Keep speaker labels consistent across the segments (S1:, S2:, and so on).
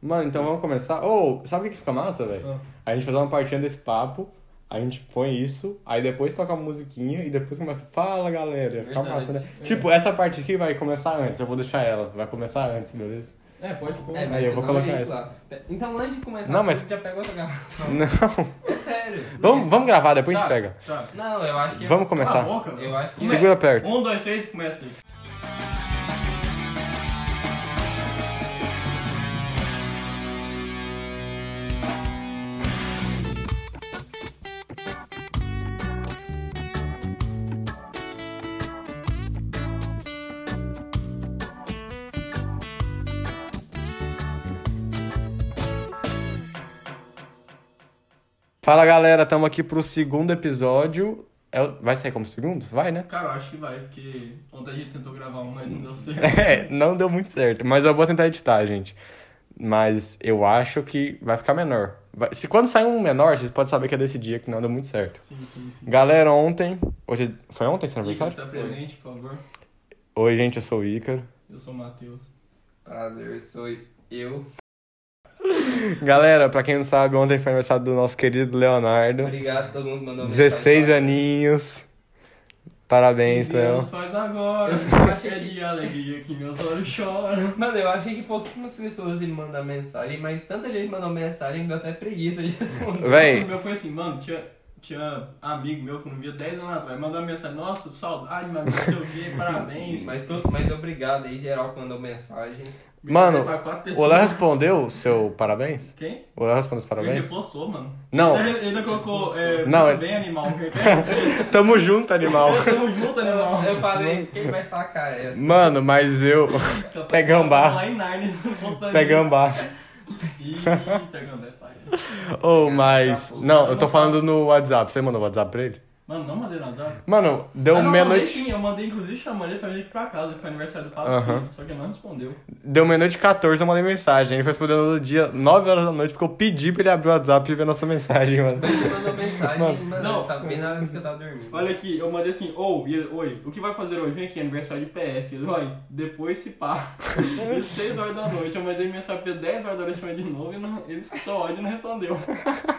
S1: Mano, então vamos começar. Ou, sabe o que que fica massa, velho?
S2: Ah.
S1: A gente fazer uma partinha desse papo, a gente põe isso, aí depois toca uma musiquinha e depois começa. Fala galera, ia ficar
S3: Verdade.
S1: massa, né?
S2: É.
S1: Tipo, essa parte aqui vai começar antes, eu vou deixar ela, vai começar antes, beleza?
S2: É, pode pôr.
S3: É,
S1: Aí
S3: mas
S1: eu
S3: você
S1: vou
S3: dá um
S1: colocar
S3: jeito
S1: essa.
S3: lá. Pe- Então, antes de começar,
S1: Não, mas-
S3: você já pega outra garrafa.
S1: Não.
S3: É sério.
S1: Vamos, vamos gravar, depois a gente
S2: Tá,
S1: pega.
S2: Tá.
S3: Não, eu acho que... é
S1: Vamos
S2: Cala a
S1: começar.
S2: boca,
S3: Eu acho que...
S1: Segura perto.
S2: Um, dois, três, começa aí.
S1: Fala galera, estamos aqui pro segundo episódio. É o- Vai sair como segundo? Vai, né?
S2: Cara, eu acho que vai, porque ontem a gente tentou gravar um, mas não deu certo.
S1: É, não deu muito certo, mas eu vou tentar editar, gente. Mas eu acho que vai ficar menor. Vai- Se quando sair um menor, vocês podem saber que é desse dia que não deu muito certo.
S2: Sim, sim, sim.
S1: Galera, ontem. Hoje. Foi ontem seu
S2: Igor, se
S1: aniversário?
S2: apresente, por favor.
S1: Oi, gente, eu sou o Ícaro.
S2: Eu sou o Matheus.
S3: Prazer, sou eu.
S1: Galera, pra quem não sabe, ontem foi aniversário do nosso querido Leonardo.
S3: Obrigado, todo mundo mandou mensagem.
S1: 16 aninhos. Parabéns, Léo.
S2: Deus faz agora.
S3: Eu acho que-
S2: Cheia de alegria que meus olhos choram.
S3: Mano, eu achei que pouquíssimas pessoas ele mandam mensagem, mas tanta gente mandou mensagem que deu até preguiça de responder.
S2: O
S1: Véi,
S2: meu foi assim, mano, tinha, tinha amigo meu que eu não via 10 anos atrás. Mandou uma mensagem, nossa, saudade, mas não sei o quê, parabéns.
S3: Mas, tu- mas obrigado aí, geral, que mandou mensagem.
S1: Mano,
S2: Pra tá quatro
S1: o
S2: pessoas.
S1: Léo respondeu o seu parabéns?
S2: Quem?
S1: O Léo respondeu os
S2: Ele
S1: parabéns?
S2: repostou, mano.
S1: Não,
S2: Ele ainda- ainda colocou, é,
S1: Não,
S2: não,
S1: ele-
S2: bem animal.
S1: tamo junto, animal. É,
S2: Tamo junto, animal.
S3: Eu falei, quem vai sacar essa?
S1: Mano, mas eu. Pé gambá.
S2: Tá Lá em Narnia, não posta
S1: Pé
S2: disso.
S1: gambá.
S2: Ih, pé gambá é pai.
S1: Ou Oh, mas. Não, eu tô falando no WhatsApp. Você mandou o WhatsApp pra ele?
S2: Mano, não mandei nada.
S1: Mano,
S2: Ah,
S1: deu
S2: não, mandei
S1: meia-noite.
S2: Sim, eu mandei inclusive chamando ele pra gente ir pra casa, que foi aniversário do papo. né?
S1: Aham.
S2: Só que ele não respondeu.
S1: Deu meia-noite e 14, eu mandei mensagem. Ele foi respondendo no dia 9 horas da noite, porque eu pedi pra ele abrir o WhatsApp e ver nossa mensagem, mano.
S3: Mas você mandou mensagem,
S1: Mano,
S3: mano,
S2: não.
S3: tá bem na hora que eu tava dormindo.
S2: Olha aqui, eu mandei assim, ou, e ele, oi, o que vai fazer hoje? Vem aqui, aniversário de PF. Ele, Oi, depois se pá. E 6 horas da noite, eu mandei mensagem pra ele 10 horas da noite, eu mandei de novo e não, ele escutou ódio e não respondeu. Mano, o Léo é a pior pessoa,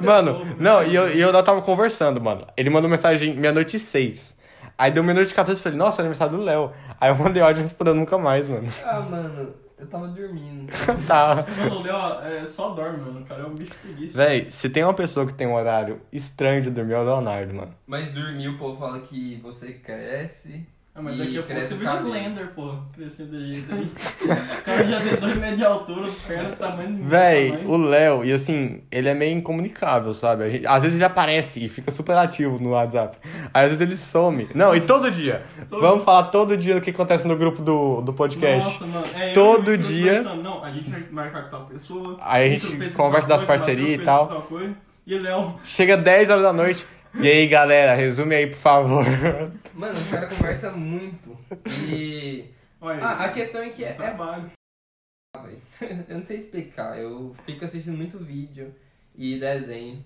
S1: Mano,
S2: velho.
S1: não, e eu, e eu ainda tava conversando, mano. Ele mandou mensagem meia-noite e 6. Aí deu meia-noite e 14, eu falei, nossa, é aniversário do Léo. Aí eu mandei áudio e não respondeu nunca mais, mano.
S3: Ah, mano, eu tava dormindo.
S1: tá.
S2: Mano, o Léo é, só dorme, mano. O cara é um bicho preguiça.
S1: Véi, se tem uma pessoa que tem um horário estranho de dormir, é o Leonardo, mano.
S3: Mas dormir, o povo fala que você cresce.
S2: Ah, mas
S3: E
S2: daqui a pouco
S3: cresce
S2: você
S3: o
S2: vira um
S3: cabelo.
S2: Slender, pô. Crescendo de jeito aí. o cara já tem dois metros de altura, perna tá do tamanho do
S1: Véi,
S2: tamanho.
S1: o Léo, e assim, ele é meio incomunicável, sabe? A gente- às vezes ele aparece e fica super ativo no WhatsApp. Aí às vezes ele some. Não, e todo dia.
S2: Todo-
S1: Vamos falar todo dia do que acontece no grupo do, do podcast.
S2: Nossa, mano. É, eu
S1: Todo
S2: fico
S1: dia-
S2: pensando, Não, a gente vai marcar com tal pessoa.
S1: Aí a
S2: Vitor
S1: gente
S2: pensa em
S1: conversa
S2: tal
S1: das
S2: coisa,
S1: parcerias
S2: Matheus
S1: e tal.
S2: pensa em coisa. E o Léo,
S1: Chega 10 horas da noite. E aí, galera, resume aí, por favor.
S3: Mano, os caras conversam muito. E.
S2: olha.
S3: Ah, a questão é que é, é
S2: trabalho.
S3: Eu não sei explicar, eu fico assistindo muito vídeo e desenho.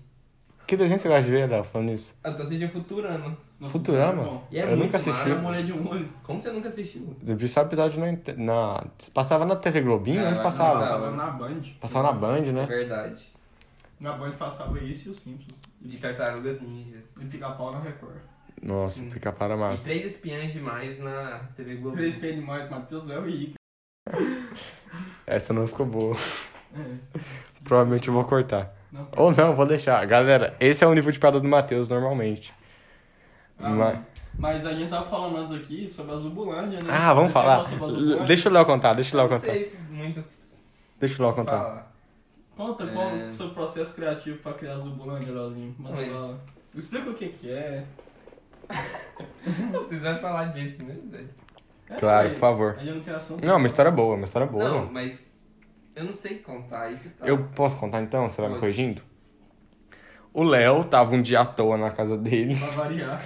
S1: Que desenho você gosta de ver, Léo, falando isso?
S3: Eu tô assistindo Futurama.
S2: Nossa,
S1: Futurama? Tipo,
S2: bom.
S3: E é
S1: Eu
S3: muito
S1: nunca
S3: massa.
S1: assisti. Né?
S2: Cara, molha de um olho.
S3: Como você nunca assistiu?
S1: Eu vi só episódio na. inte- na passava na TV Globinho?
S3: É,
S1: Onde
S3: vai-
S1: passava?
S3: não,
S2: Passava na Band.
S1: Passava na Band,
S3: É
S1: né?
S3: verdade.
S2: Na Band passava isso e os Simpsons.
S3: De
S2: E
S3: tartarugas ninjas.
S2: e pica-pau na Record.
S1: Nossa,
S3: Sim.
S1: fica para
S3: E
S1: massa.
S3: três espiãs demais na TV Globo.
S2: Três pés demais, Matheus, Léo e Ica.
S1: Essa não ficou boa.
S2: É.
S1: Provavelmente eu vou cortar.
S2: Não.
S1: Ou não, vou deixar. Galera, esse é o nível de piada do Matheus, normalmente.
S2: Ah,
S1: Mas-
S2: Mas a gente tava falando antes aqui sobre a Zubulândia, né?
S1: Ah, vamos
S2: Você
S1: falar.
S2: quer falar sobre a Zubulândia?
S1: Deixa o Léo contar, deixa o Léo
S3: não
S1: contar.
S3: um sei muito o que
S1: Deixa o Léo contar.
S3: falar.
S2: Conta qual
S3: É.
S2: o seu processo criativo pra criar a Zubulândia, Léozinho. Manda
S3: Mas-
S2: lá. Explica o que que é.
S3: Não precisa falar disso, né, Zé?
S2: É,
S1: Claro,
S2: aí-
S1: por favor.
S2: Aí eu não tenho assunto.
S1: Não, é tá- uma história boa, uma história boa.
S3: Não, mas eu não sei contar aí que tá.
S1: Eu posso contar então? Você vai me
S3: Pode.
S1: corrigindo? O Léo tava um dia à toa na casa dele.
S2: Pra variar.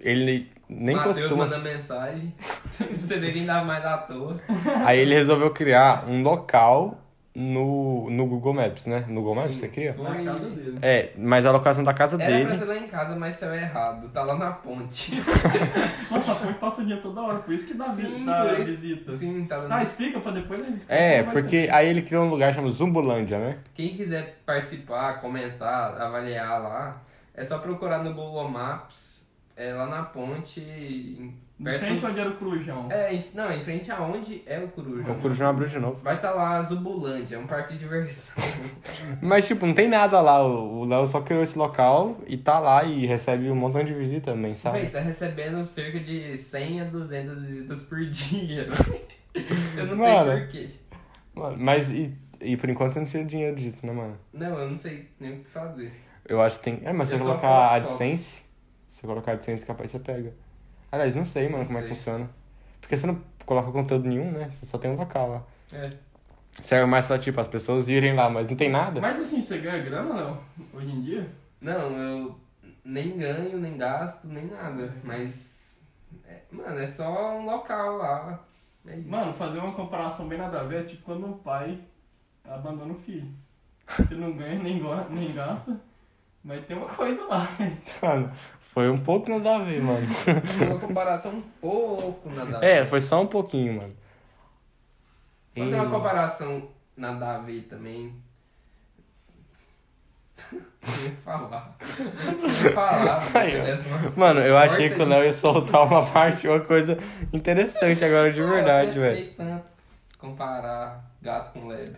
S1: Ele nem
S3: Mateus
S1: costuma.
S3: manda mensagem. pra você ver quem dá mais à toa.
S1: Aí ele resolveu criar um local no, no Google Maps, né? No Google Maps
S3: Sim.
S1: você cria?
S3: Foi.
S2: Na casa dele.
S1: É, mas a locação da casa
S3: Era
S1: dele.
S3: pra ser lá em casa, mas saiu errado. Tá lá na ponte.
S2: Nossa, a ponte passa o dia toda hora, por isso que dá, vi-
S3: Sim,
S2: dá
S3: por isso-
S2: visita.
S3: Sim, tá lá
S2: Tá,
S3: na...
S2: explica pra depois a gente.
S1: É,
S3: né?
S2: vai
S1: porque aí ele criou um lugar chamado Zumbulândia, né?
S3: Quem quiser participar, comentar, avaliar lá, é só procurar no Google Maps, é lá na ponte, em-
S2: ter. Em frente
S3: perto...
S2: onde era o Corujão.
S3: É, em- não, em frente aonde é o Coruja.
S1: O Corujão abriu de novo.
S3: Vai estar tá lá a Zubulândia, é um parque de diversão.
S1: Mas, tipo, não tem nada lá. O o Léo só criou esse local e tá lá e recebe um montão de visita
S3: Véi,
S1: mensal.
S3: tá recebendo cerca de 100 a 200 visitas por dia. Eu não
S1: Mano.
S3: sei porquê.
S1: Mano, Mas, e, e por enquanto não tira dinheiro disso, né, mano?
S3: Não, eu não sei nem o que fazer.
S1: Eu acho que tem. É, mas se
S3: Eu
S1: você
S3: só
S1: colocar
S3: posto foto.
S1: AdSense, se você colocar AdSense, capaz você pega. Aliás, não sei, mano,
S3: Não
S1: como é que
S3: sei.
S1: funciona. Porque você não coloca conteúdo nenhum, né? Você só tem um local lá.
S3: É.
S1: Serve mais pra, tipo, as pessoas irem lá, mas não tem nada.
S2: Mas assim, você ganha grana, Léo? Hoje em dia?
S3: Não, eu nem ganho, nem gasto, nem nada. Mas. é, mano, é só um local lá. É isso.
S2: Mano, fazer uma comparação bem nada a ver é tipo quando um pai abandona o filho. Ele não ganha nem, go- nem gasta, mas tem uma coisa lá.
S1: Mano, foi um pouco nada a ver, mano.
S3: uma comparação um pouco nada. a ver.
S1: É, foi só um pouquinho, mano.
S3: Fazer uma
S1: E-
S3: comparação nada a ver também. Eu ia falar. Eu ia falar,
S1: Aí, ó.
S3: mas eu-
S1: Mano, eu achei
S3: Corta
S1: que o Léo ia
S3: isso.
S1: soltar uma parte, uma coisa interessante agora de
S3: Ah, Eu
S1: verdade, velho.
S3: pensei tanto comparar gato com lebre.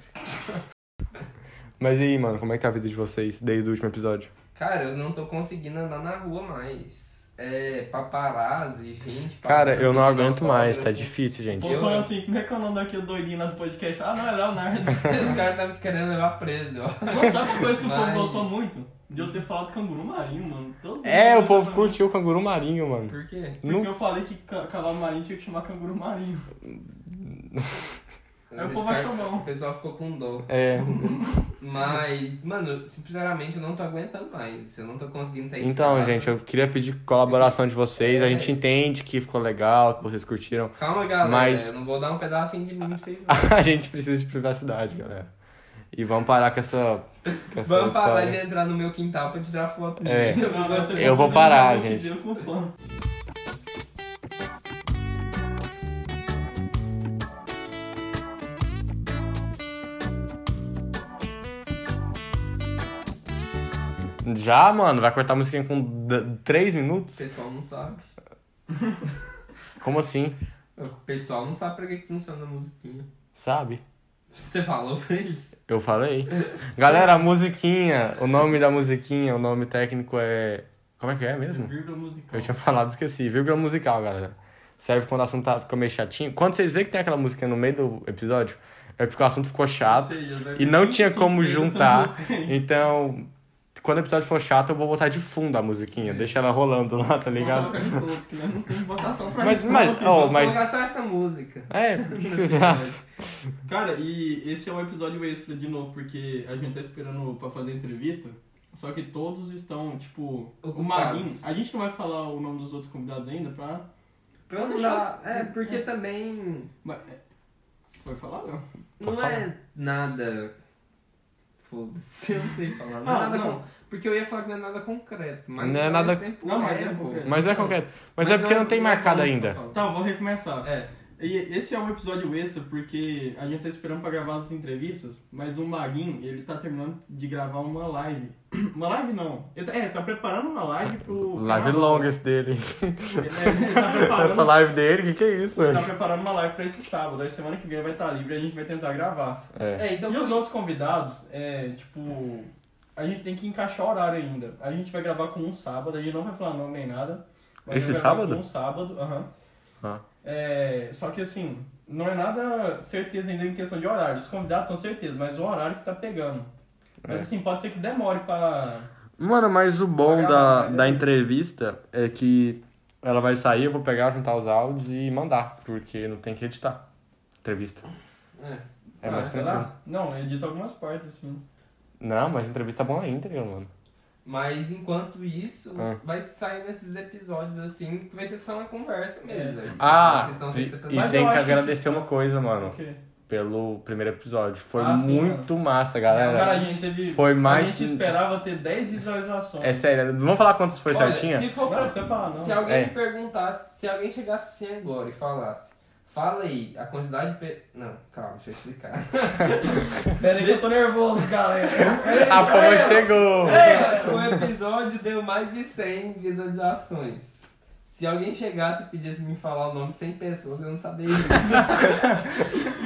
S1: Mas e aí, mano, como é que tá a vida de vocês desde o último episódio?
S3: Cara, eu não tô conseguindo andar na rua mais. É, paparazzi, gente.
S1: Cara,
S3: paparazzi,
S1: eu não aguento mais, tá
S3: fotógrafo.
S1: difícil,
S2: O
S1: gente.
S2: povo falando assim, como é que é o nome daquele doidinho lá do podcast? Ah, não, é Leonardo.
S3: Os caras tá querendo levar preso, ó.
S2: Sabe uma coisa que o povo
S3: Mas-
S2: gostou muito? De eu ter falado canguru marinho, mano. Todo mundo
S1: É, o
S2: gostou
S1: povo
S2: pra mim.
S1: curtiu o canguru marinho, mano.
S3: Por quê?
S2: Porque
S1: Não-
S2: eu falei que ca- cavalo marinho tinha que chamar canguru marinho. Aí É, o
S3: Esse
S2: povo
S3: cara-
S2: achou bom.
S3: O pessoal ficou com dó.
S1: É,
S3: Mas, mano, sinceramente eu não tô aguentando mais. Eu não tô conseguindo sair de
S1: então,
S3: casa.
S1: gente, eu queria pedir colaboração de vocês. A
S3: É.
S1: gente entende que ficou legal, que vocês curtiram.
S3: Calma, galera.
S1: Mas-
S3: Eu não vou dar um pedacinho de mim pra vocês, não.
S1: A gente precisa de privacidade, galera. E vamos parar com essa, com essa
S3: Vamos parar de
S1: história.
S3: entrar no meu quintal pra tirar foto.
S1: É.
S3: minha.
S2: Não, agora você
S1: Eu vou
S2: confundiu
S1: parar,
S2: o que
S1: gente.
S2: deu com o fã.
S1: Já, mano, vai cortar a musiquinha com d- três
S3: O
S1: minutos?
S3: pessoal não sabe.
S1: Como assim?
S3: O pessoal não sabe pra que, que funciona a musiquinha.
S1: Sabe?
S3: Você falou pra eles?
S1: Eu falei. Galera, a musiquinha, o nome da musiquinha, o nome técnico é. Como é que é mesmo?
S2: Vírgula musical.
S1: Eu tinha falado, esqueci. Vírgula musical, galera. Serve quando o assunto tá- fica meio chatinho. Quando vocês veem que tem aquela música no meio do episódio, é porque o assunto ficou chato.
S2: Sei, eu
S1: E não
S2: lembro
S1: tinha
S2: disso,
S1: como
S2: eu não
S1: juntar.
S2: sei.
S1: Então, quando o episódio for chato, eu vou botar de fundo a musiquinha. Deixa ela rolando lá, tá ligado?
S2: Vamos colocar em todos, que nós não tem votação pra
S1: Mas,
S2: isso,
S1: mas,
S2: Uhum. não, filho.
S1: ó,
S3: Vou
S1: mas-
S3: colocar só essa música.
S1: É, por que vocês acham?
S2: Cara, e esse é um episódio extra de novo, porque a gente tá esperando pra fazer entrevista. Só que todos estão, tipo, o
S3: Ocupados.
S2: Maguinho. A gente não vai falar o nome dos outros convidados ainda pra.
S3: Pra não
S2: deixar-
S3: dar- É, porque também
S2: Mas- é. Foi falar, não?
S3: não
S1: falar.
S3: é nada. Foda-se, eu não sei falar. Não,
S2: Não,
S3: é nada
S2: não.
S3: con- Porque eu ia falar que não é nada concreto. Mas
S1: Não é
S3: ao
S1: nada-
S3: mesmo tempo
S2: Não, mas é
S3: pô.
S2: concreto.
S1: Mas é concreto. Mas, é porque não, tem
S3: é
S1: marcado
S3: como
S1: ainda.
S3: eu falo.
S2: Tá, eu vou recomeçar.
S3: É,
S2: E esse é um episódio extra porque a gente tá esperando pra gravar as entrevistas, mas o Maguinho, ele tá terminando de gravar uma live. Uma live não. Ele tá, é, tá preparando uma live pro.
S1: Live
S2: carnaval.
S1: longa esse dele.
S2: Ele, ele tá preparando
S1: Essa live dele, que que é isso?
S2: tá preparando uma live pra esse sábado, aí semana que vem vai estar livre e a gente vai tentar gravar.
S1: É.
S3: é, então.
S2: E os outros convidados, é, tipo, a gente tem que encaixar horário ainda. A gente vai gravar com um sábado, a gente não vai falar nome nem nada. mas
S1: Esse
S2: vai gravar
S1: sábado?
S2: Com um sábado, aham.
S1: Ah.
S2: É, só que assim, não é nada certeza ainda em questão de horário. Os convidados são certeza, mas o horário que tá pegando. Mas
S1: É.
S2: assim, pode ser que demore pra.
S1: Mano, mas o bom
S2: Vai gravar,
S1: da,
S2: mas é
S1: da
S2: isso.
S1: entrevista é que ela vai sair, eu vou pegar, juntar os áudios e mandar, porque não tem que editar. Entrevista.
S3: É.
S1: É
S3: Ah,
S1: mais
S3: sei
S1: tranquilo.
S3: lá.
S2: Não, edita algumas partes, assim.
S1: Não, mas entrevista é bom na íntegra, mano.
S3: Mas enquanto isso,
S1: Ah.
S3: vai sair nesses episódios assim, que vai ser só uma conversa mesmo. velho.
S1: Ah,
S3: Vocês estão
S1: e,
S3: tentando-
S1: e
S2: Mas
S1: tem
S2: eu
S1: que
S2: acho que-
S1: agradecer uma coisa, mano.
S2: Porque...
S1: pelo primeiro episódio. Foi
S2: Ah, sim, É,
S1: muito massa, galera.
S2: Cara, a gente teve.
S1: Foi mais-
S2: A gente esperava ter 10 visualizações.
S1: É sério, vamos falar quantas foi
S3: Olha,
S1: certinha?
S3: Se for
S2: Não, não
S3: pra
S2: precisa falar, não.
S3: Se alguém
S1: É.
S3: me perguntasse, se alguém chegasse assim agora e falasse, fala aí, a quantidade de. pe- Não, calma, deixa eu explicar.
S2: Pera aí que eu tô nervoso, galera.
S1: A fama chegou!
S2: É.
S3: o episódio deu mais de 100 visualizações. Se alguém chegasse e pedisse me falar o nome de 100 pessoas, eu não saberia.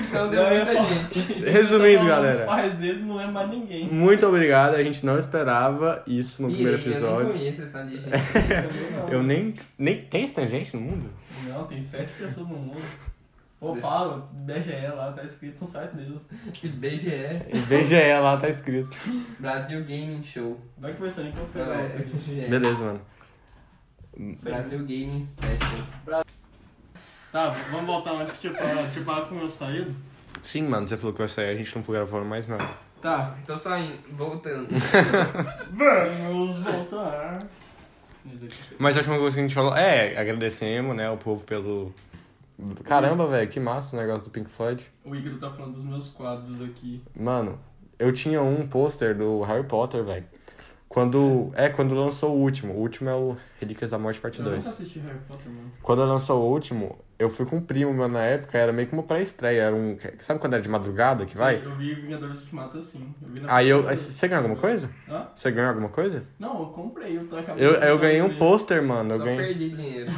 S3: então deu
S2: Eu ia
S3: muita
S2: falar-
S3: gente.
S2: Então,
S1: Resumindo,
S2: Eu tava Tá falando
S1: galera.
S2: Os pais dele não lembra mais ninguém.
S1: Muito obrigado, a gente não esperava isso no
S3: E
S1: primeiro
S3: Eu nem
S1: episódio.
S3: conheço essa de gente.
S1: Eu nem. nem tem essa gente no mundo?
S2: Não, tem 7 pessoas no mundo. Ou fala, BGE lá, tá escrito no site deles.
S3: Tipo, BGE,
S1: BGE lá tá escrito.
S3: Brasil Gaming Show.
S2: Vai conversando aí que eu vou
S3: Não,
S2: pegar
S3: é,
S2: outro aqui.
S3: BGE,
S1: Beleza, mano.
S3: Brasil Gaming Special.
S2: Tá, vamos voltar onde que tinha falado. Tinha falado com o meu saído.
S1: Sim, mano, você falou que vai sair, a gente não foi gravando mais nada.
S2: Tá.
S3: Tô saindo, voltando.
S2: Vamos voltar. Mas aqui você-
S1: Mas a última coisa que a gente falou é, agradecemos, né, o povo pelo. Caramba, velho, que massa o negócio do Pink Floyd.
S2: O Igor tá falando dos meus quadros aqui.
S1: Mano, eu tinha um pôster do Harry Potter, velho. Quando. É, quando lançou o último. O último é o Relíquias da Morte, parte
S2: Eu nunca
S1: 2.
S2: assisti Harry Potter, mano.
S1: Quando lançou o último, eu fui com um primo meu na época, era meio que uma pré-estreia. Era um. Sabe quando era de madrugada que vai?
S2: Eu vi Vingadores Ultimato assim. Eu vi na
S1: Aí eu.
S2: primeira-
S1: Você ganhou alguma coisa?
S2: Hã?
S1: Você ganhou alguma coisa?
S3: Tá
S2: Não, eu comprei. Eu, tô acabando
S1: Eu,
S2: de
S1: eu
S2: comprar
S1: ganhei um
S2: ele.
S1: pôster, mano. Eu
S3: Só
S1: ganhei.
S3: perdi dinheiro.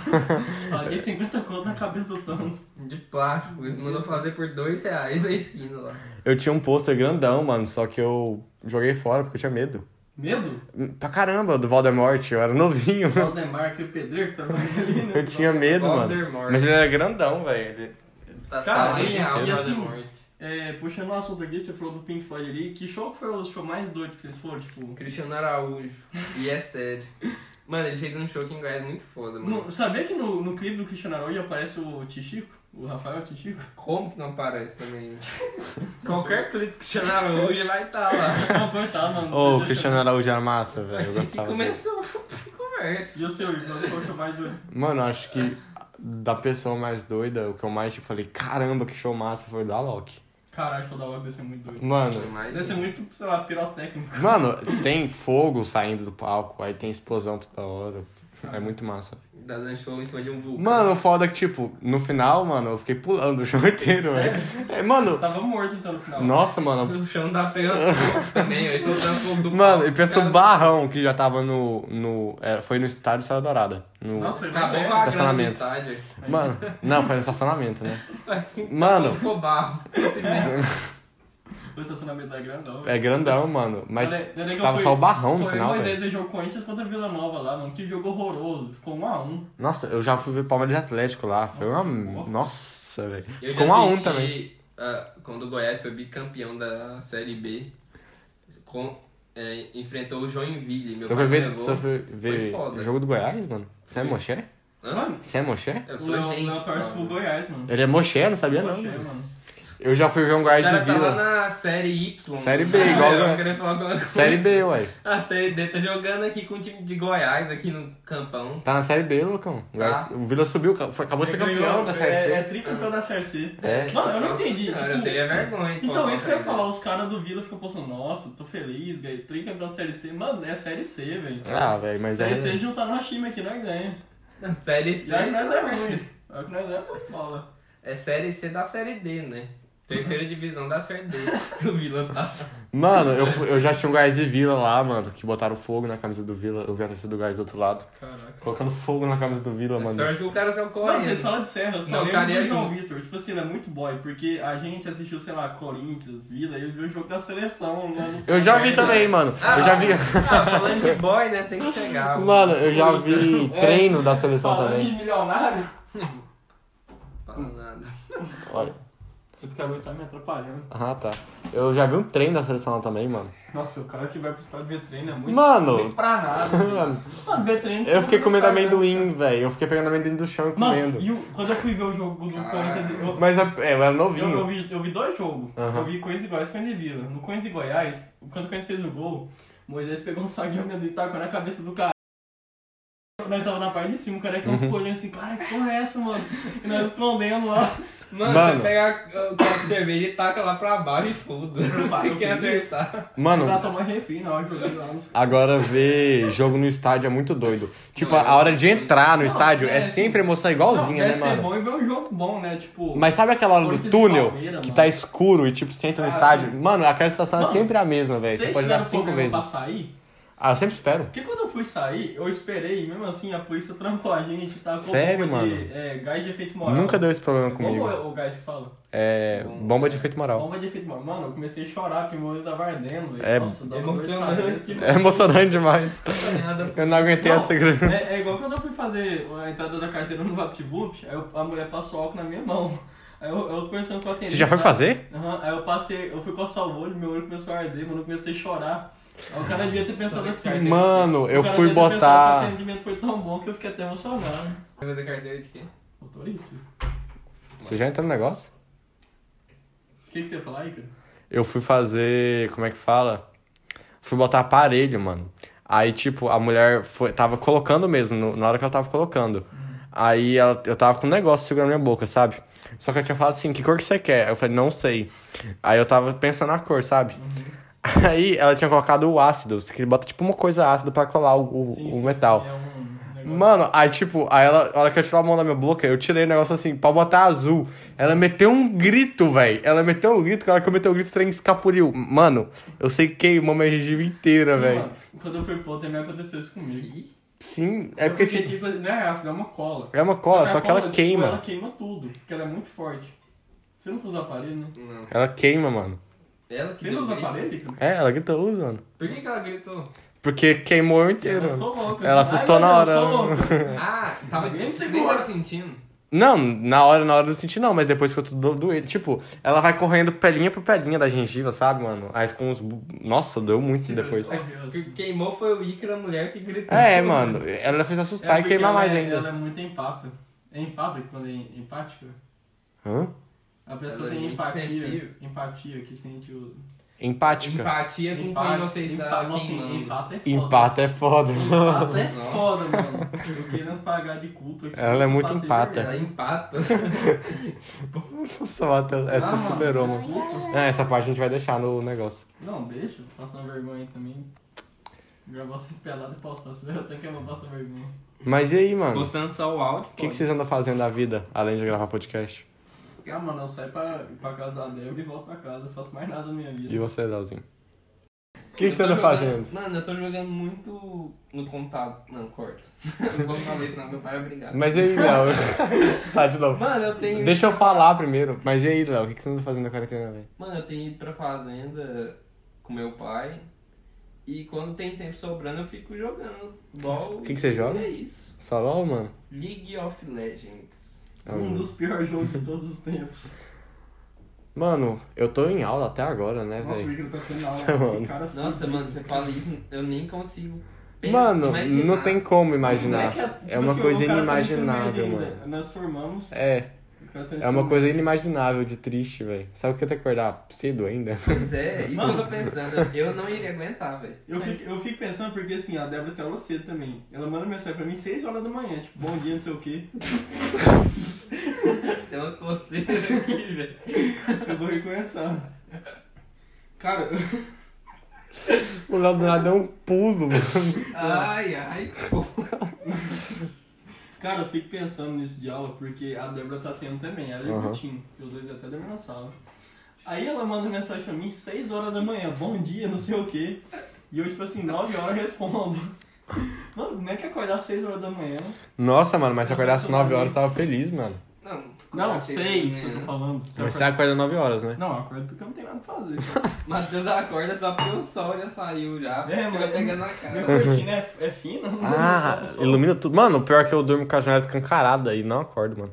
S2: Paguei 50 conto na cabeça do Thanos.
S3: De plástico, eles mandam fazer por dois reais na esquina lá.
S1: Eu tinha um pôster grandão, mano, só que eu joguei fora porque eu tinha medo.
S2: Medo?
S1: Pra caramba, do Voldemort, eu era novinho.
S2: O Valdemar, aquele pedreiro que tava ali, né?
S1: Eu tinha medo, mano.
S3: Voldemort.
S1: Mas ele era grandão, velho. ele-
S3: Tá
S2: Cara,
S3: tá
S2: e-
S3: real,
S2: e
S3: Voldemort.
S2: É, puxando o assunto aqui, você falou do Pink Floyd ali. Que show que foi o show mais doido que vocês foram? Tipo,
S3: Cristiano Araújo. E é sério. Mano, ele fez um show aqui em Goiás muito foda, mano.
S2: no, sabia que no, no clipe do Cristiano Araújo aparece o Tichico? O Rafael Tichico?
S3: Como que não aparece também? né? Qualquer clipe que Cristiano Araújo vai estar lá.
S2: Não, coitado, mano.
S1: Ô, o Cristiano Araújo era massa, velho. É, Eu
S3: Mas que
S1: gostava. dele.
S3: começou a
S2: E
S3: conversa.
S2: o seu, Igor? Qual foi o show mais doido?
S1: Mano, acho que da pessoa mais doida, o que eu mais tipo, falei, caramba, que show massa foi o da Loki.
S2: Caralho, o show da Loki deve ser muito doido.
S3: Foi
S1: Mano,
S3: mais-
S2: Deve ser muito, sei lá, pirotécnico.
S1: mano, tem fogo saindo do palco, aí tem explosão toda hora. É muito massa.
S3: Da Dan Show em cima de um vulcão.
S1: Mano, o foda é que, tipo, no final, mano, eu fiquei pulando o show inteiro, velho. É, mano,
S2: Você tava morto então no final.
S1: nossa, mano.
S3: O chão tá pegando fogo também, ó. Isso é o fogo do
S1: Mano,
S3: pau.
S1: e pensou o
S3: Cara,
S1: barrão que já tava no. no é, foi no estádio Sala Dourada. No,
S2: Nossa, foi
S3: Acabou
S2: bem
S3: com a grana do
S1: Estacionamento.
S3: estádio.
S1: Mano, não, foi no estacionamento, né? Mano,
S3: Ficou barro. Esse mesmo.
S2: O estacionamento da grandão.
S1: é grandão, mano. Mas
S2: Olha, ainda bem que eu
S1: tava
S2: fui-
S1: só o barrão no
S2: Foi
S1: final, velho.
S2: Moisés beijou o Corinthians contra o Vila Nova lá, mano. Que jogo horroroso. Ficou 1x1.
S1: Nossa, eu já fui ver Palmeiras e Atlético lá. Foi
S2: Nossa,
S1: uma.
S2: nossa.
S1: Nossa, velho.
S3: Eu
S1: Ficou
S3: já
S1: um a um
S3: assisti,
S1: também.
S3: ah, quando o Goiás foi bicampeão da Série B, com- é, enfrentou o Joinville, meu
S1: Você
S3: pai
S1: foi
S3: me
S1: ver,
S3: levou.
S1: você foi ver o
S3: foda.
S1: jogo do Goiás, mano? Você é moché?
S3: Hã?
S2: Mano,
S1: Você é moché?
S3: Eu
S2: o
S3: sou gente.
S2: Léo torce pro
S3: cara.
S2: Goiás, mano.
S1: Ele é moché, não sabia não.
S2: Poxa,
S1: mano.
S2: mano.
S1: Eu já fui ver um
S3: Os
S1: Goiás
S3: caras
S1: do
S3: tá lá
S1: Vila.
S3: na Série Y.
S1: Série B, igual
S3: Eu
S1: o-
S3: queria falar alguma coisa.
S1: Série B, ué.
S3: A Série D tá jogando aqui com o time de Goiás, aqui no campão.
S1: Tá na Série B, Lucão. O Goiás- O Vila subiu, ca- foi- acabou de ser
S2: Ganhou,
S1: campeão da
S2: É, é
S1: Série C.
S2: tricampeão da Série C.
S1: É.
S2: Mano, eu não
S3: Nossa
S2: entendi.
S3: senhora,
S2: tipo,
S3: eu teria vergonha. de
S2: então,
S3: postar
S2: isso que eu ia
S3: Série
S2: falar, os caras do Vila ficam pensando, nossa, tô feliz, ganhei tricampeão da Série C. Mano, é Série C, velho.
S1: Ah, velho, mas é.
S2: Série C juntar nós time aqui, nós ganha.
S3: D. Série
S2: E aí nós
S3: C. tá
S2: é ruim. É o que nós é, nós bola.
S3: É Série C da Série D, né? Terceira divisão da Série D. O Vila tá.
S1: Mano, eu, fui- eu já tinha um Goiás e Vila lá, mano, que botaram fogo na camisa do Vila. Eu vi a torcida do Goiás do outro lado.
S2: Caraca.
S1: Colocando fogo na camisa do
S2: É
S1: Vila, mano.
S3: É Sorte que o cara saiu correndo.
S2: Mano, vocês
S1: né?
S2: falam de Serra, eu
S3: Não,
S2: só lembro
S3: cara, e
S2: do
S3: aí?
S2: João Vitor. Tipo assim, ele é muito boy, porque a gente assistiu, sei lá, Corinthians, Vila, e ele viu o jogo da seleção, né? mano.
S1: Eu já vi também, mano.
S3: Ah,
S1: Eu já vi.
S3: Ah, falando de boy, né? Tem que
S2: ah,
S3: chegar.
S1: Mano, eu já vi treino da seleção
S2: Falando de
S1: também.
S2: milionário,
S3: Fala nada.
S1: Olha.
S2: o cara está tá me atrapalhando.
S1: Ah, tá. Eu já vi um treino da seleção lá também, mano.
S2: Nossa, o cara que vai pro estado de treino é muito.
S1: Mano,
S2: Pra nada.
S1: Mano.
S2: Mano, Betren,
S1: eu fiquei
S2: você
S1: comendo
S2: não sabe,
S1: amendoim, velho. Eu fiquei pegando amendoim do chão e
S2: né? Mano,
S1: comendo.
S2: e o- quando eu fui ver o jogo do
S3: Caralho.
S2: Corinthians. Eu,
S1: Mas é- é, eu era
S2: eu, eu
S1: novinho.
S2: vi, eu vi dois jogos.
S1: Aham.
S2: Eu vi Corinthians e Goiás e Corinthians e Vila. No Corinthians e Goiás, quando o Corinthians fez o gol, Moisés pegou um saguinho de amendoim e tacou na cabeça do cara. Nós tava na parte de cima, o careca
S1: Uhum.
S2: ficou olhando assim, cara, que porra é essa, mano? E nós escondendo lá.
S3: Mano,
S1: Mano.
S3: você pega o copo de cerveja e taca lá pra baixo e fuda.
S2: baixo,
S3: Você quer
S2: fuda.
S3: acertar.
S1: Mano,
S2: Pra tomar refri na hora que eu vi lá nos
S1: agora ver jogo no estádio é muito doido. Tipo, a
S3: Não,
S1: a hora de
S3: não,
S1: entrar no
S2: não,
S1: estádio é
S2: é assim.
S1: sempre emoção
S2: Não,
S1: igualzinha,
S2: deve
S1: né,
S2: ser
S1: mano?
S2: bom e ver um jogo bom, né? Tipo.
S1: Mas sabe aquela hora
S2: Corinthians
S1: do
S2: e
S1: túnel
S2: Palmeiras,
S1: que
S2: mano.
S1: tá escuro e, tipo, você entra no
S2: Ah,
S1: estádio?
S2: sim.
S1: Mano, aquela sensação é
S2: Mano,
S1: sempre a mesma, velho. Você
S2: Vocês
S1: pode dar
S2: tiveram
S1: cinco
S2: problema pra
S1: vezes.
S2: sair?
S1: Ah, eu sempre espero.
S2: Porque quando eu fui sair, eu esperei, e mesmo assim a polícia trancou a gente, tá
S1: Sério, mano?
S2: de é, gás de efeito moral.
S1: Nunca deu esse problema
S2: Como
S1: comigo.
S2: é o gás que fala?
S1: É. Bomba de efeito moral.
S2: Bomba de efeito moral. Mano, eu comecei a chorar porque meu olho tava ardendo, velho.
S1: É
S2: Nossa, dá uma dor de
S3: emocionante.
S2: cabeça.
S1: É emocionante demais.
S3: Nada.
S1: Eu não aguentei
S2: Não,
S1: essa grana.
S2: É, é igual quando eu fui fazer a entrada da carteira no VaptVup, aí eu- a mulher passou álcool na minha mão. Aí eu, eu conversando com a atendente.
S1: Você já foi
S2: lá,
S1: fazer?
S2: Aham, aí eu passei, eu fui coçar o olho, meu olho começou a arder, mano, eu comecei a chorar. Aí o cara devia ter pensado
S3: Fazer
S2: assim.
S3: carteira.
S1: Mano, eu
S2: o cara
S1: fui
S2: devia ter pensado que O
S1: botar.
S2: atendimento foi tão bom que eu fiquei até emocionado.
S3: Vai fazer carteira de quê?
S2: Motorista?
S1: Você já entrou no negócio?
S2: O que, que você ia falar aí, cara?
S1: Eu fui fazer. Como é que fala? Fui botar aparelho, mano. Aí, tipo, a mulher foi, tava colocando mesmo, no- na hora que ela tava colocando. Aí ela- eu tava com um negócio segurando minha boca, sabe? Só que eu tinha falado assim, que cor que você quer? Eu falei, não sei. Aí eu tava pensando na cor, sabe? Aí ela tinha colocado o ácido, que bota tipo uma coisa ácida pra colar o, o-
S2: Sim,
S1: o
S2: sim, sim,
S1: metal.
S2: é um negócio-
S1: Mano, aí tipo, aí ela, a hora que eu tirou a mão da minha boca, eu tirei o negócio assim, pra botar azul. Ela meteu um grito, velho. Ela meteu um grito, cara, que eu meteu um grito, o trem escapuliu. Mano, eu sei que queimou minha gengiva inteira,
S2: Sim,
S1: velho.
S2: mano, Quando eu fui pro também aconteceu isso comigo.
S1: Sim, é porque tipo,
S2: tipo, não é ácido, é uma cola.
S1: é uma cola,
S2: a
S1: só que ela
S2: cola, tipo,
S1: queima.
S2: ela queima tudo, porque ela é muito forte. Você nunca usa aparelho, né?
S3: Não.
S1: Ela queima, mano.
S3: Ela que
S2: Você
S3: deu
S2: não usa
S3: grito?
S2: aparelho, cara?
S1: É, ela gritou usando.
S3: Por que, que ela gritou?
S1: Porque queimou eu inteiro.
S2: Ela
S1: mano.
S2: ficou louca.
S1: Ela assustou
S2: Ai, meu
S1: na
S2: Deus,
S1: hora. né?
S2: eu sou louca.
S3: Ah, tava.
S2: Ninguém me
S3: Você nem
S2: segura.
S3: tava sentindo.
S1: Não, na hora, na hora eu não senti não, mas depois que eu tô do- doendo. Tipo, ela vai correndo pelinha por pelinha da gengiva, sabe, mano? Aí ficou uns. bu- Nossa, doeu muito
S2: Tipo,
S1: depois.
S2: é,
S3: O que queimou foi o Ícaro, a mulher que gritou.
S1: É, mano, ela fez assustar e
S2: porque
S1: queimar
S2: ela
S1: mais
S2: é-
S1: ainda.
S2: Ela é muito empata. É empata que quando é em- empática?
S1: Hã?
S2: A pessoa
S3: Ela é
S2: tem
S3: muito
S2: empatia.
S3: sensível.
S2: Empatia que sente o.
S1: Empática.
S3: Empatia com quem você está
S2: empate, nossa,
S3: tá queimando.
S2: empata é
S1: Empata é foda.
S2: foda. Empata é
S3: Nossa.
S2: foda, mano. Eu querendo pagar de culto aqui. tá
S1: Ela é
S2: eu
S1: muito
S2: passei
S1: empata.
S2: vergonha.
S3: Ela empata.
S1: Nossa, Matheus, essa
S2: Ah, mano, é-
S1: superou, mano.
S2: desculpa.
S1: Não, essa parte a gente vai deixar no negócio.
S2: Não, deixa. Passando vergonha aí também. Gravar vocês pelados e postar. Vocês até que eu vou passar vergonha.
S1: Mas e aí, mano?
S3: Postando só o áudio.
S1: O que, que vocês andam fazendo da vida, além de gravar podcast?
S2: Ah, mano, eu saio pra, pra casa da Débora e volto pra casa. Eu faço mais nada na minha vida.
S1: E você, Leozinho? O que, que
S3: Eu
S1: você
S3: tô
S1: anda
S3: jogando-
S1: fazendo?
S3: Mano, eu tô jogando muito no contato. Não, corta. Não vou falar isso, não. Meu pai vai brigar.
S1: Mas e aí, Léo? tá, de novo.
S3: Mano, eu tenho.
S1: Deixa eu falar primeiro. Mas e aí, Léo? O que, que você anda fazendo na quarentena, velho?
S3: Mano, eu tenho ido pra fazenda com meu pai. E quando tem tempo sobrando, eu fico jogando. LOL.
S1: que que você joga?
S3: E é isso.
S1: Só LOL, mano?
S3: League of Legends.
S1: Ah,
S2: um
S1: mano.
S2: dos piores jogos de todos os tempos.
S1: Mano, eu tô em aula até agora, né,
S2: Nossa, o
S1: velho?
S2: Igor tá
S1: Nossa,
S2: tendo aula.
S1: mano.
S2: Que cara
S3: Nossa,
S2: foda.
S3: mano, você fala isso, eu nem consigo. pensar,
S1: Mano,
S3: imaginar.
S1: não tem como
S2: Não
S1: imaginar.
S2: que tipo
S1: É uma
S2: assim,
S1: coisa
S2: o cara tá no ensino
S1: inimaginável,
S2: médio
S1: mano.
S2: ainda. Nós formamos.
S1: É.
S2: o cara tá no
S1: É
S2: ensino
S1: uma coisa inimaginável de triste, velho. Sabe o que eu tenho que acordar cedo ainda?
S3: Pois é, isso
S2: Mano.
S3: que eu tô pensando. Eu não iria aguentar, velho.
S2: Eu fico, eu fico pensando porque assim, a Débora tem aula cedo também. Ela manda mensagem pra mim 6 horas da manhã, tipo, bom dia, não sei o quê.
S3: Tem uma coceira Então aqui, velho.
S2: Eu vou recomeçar. Cara,
S1: O Léo do nada é um pulo, mano.
S3: Ai, ai, pô.
S2: cara, eu fico pensando nisso de aula porque a Débora tá tendo também, ela e o
S1: Aham.
S2: Vitinho, que os dois é até da mesma sala. Aí ela manda mensagem pra mim 6 horas da manhã, bom dia, não sei o quê. E eu, tipo assim, 9 horas respondo. Mano, como é que acordar 6 horas da manhã?
S1: Nossa, mano, mas se eu
S2: Nossa,
S1: acordasse
S2: eu
S1: 9
S2: também.
S1: horas, eu tava feliz, mano.
S3: Não,
S2: Não,
S3: acordar cedo
S2: 6 que
S3: também,
S2: eu tô
S3: né?
S2: falando. Se eu
S1: Mas você acorda 9 horas, né?
S2: acordar- Não, eu acordo porque eu não tenho nada pra fazer.
S3: Matheus acorda só porque o sol já saiu já.
S2: É,
S3: fica
S2: mano.
S3: pegando na
S2: Minha
S3: cara.
S2: cortina é, é fina? não
S1: Ah,
S2: dá pra sol.
S1: ilumina tudo. Mano, o pior é que eu durmo com a janela escancarada e não acordo, mano.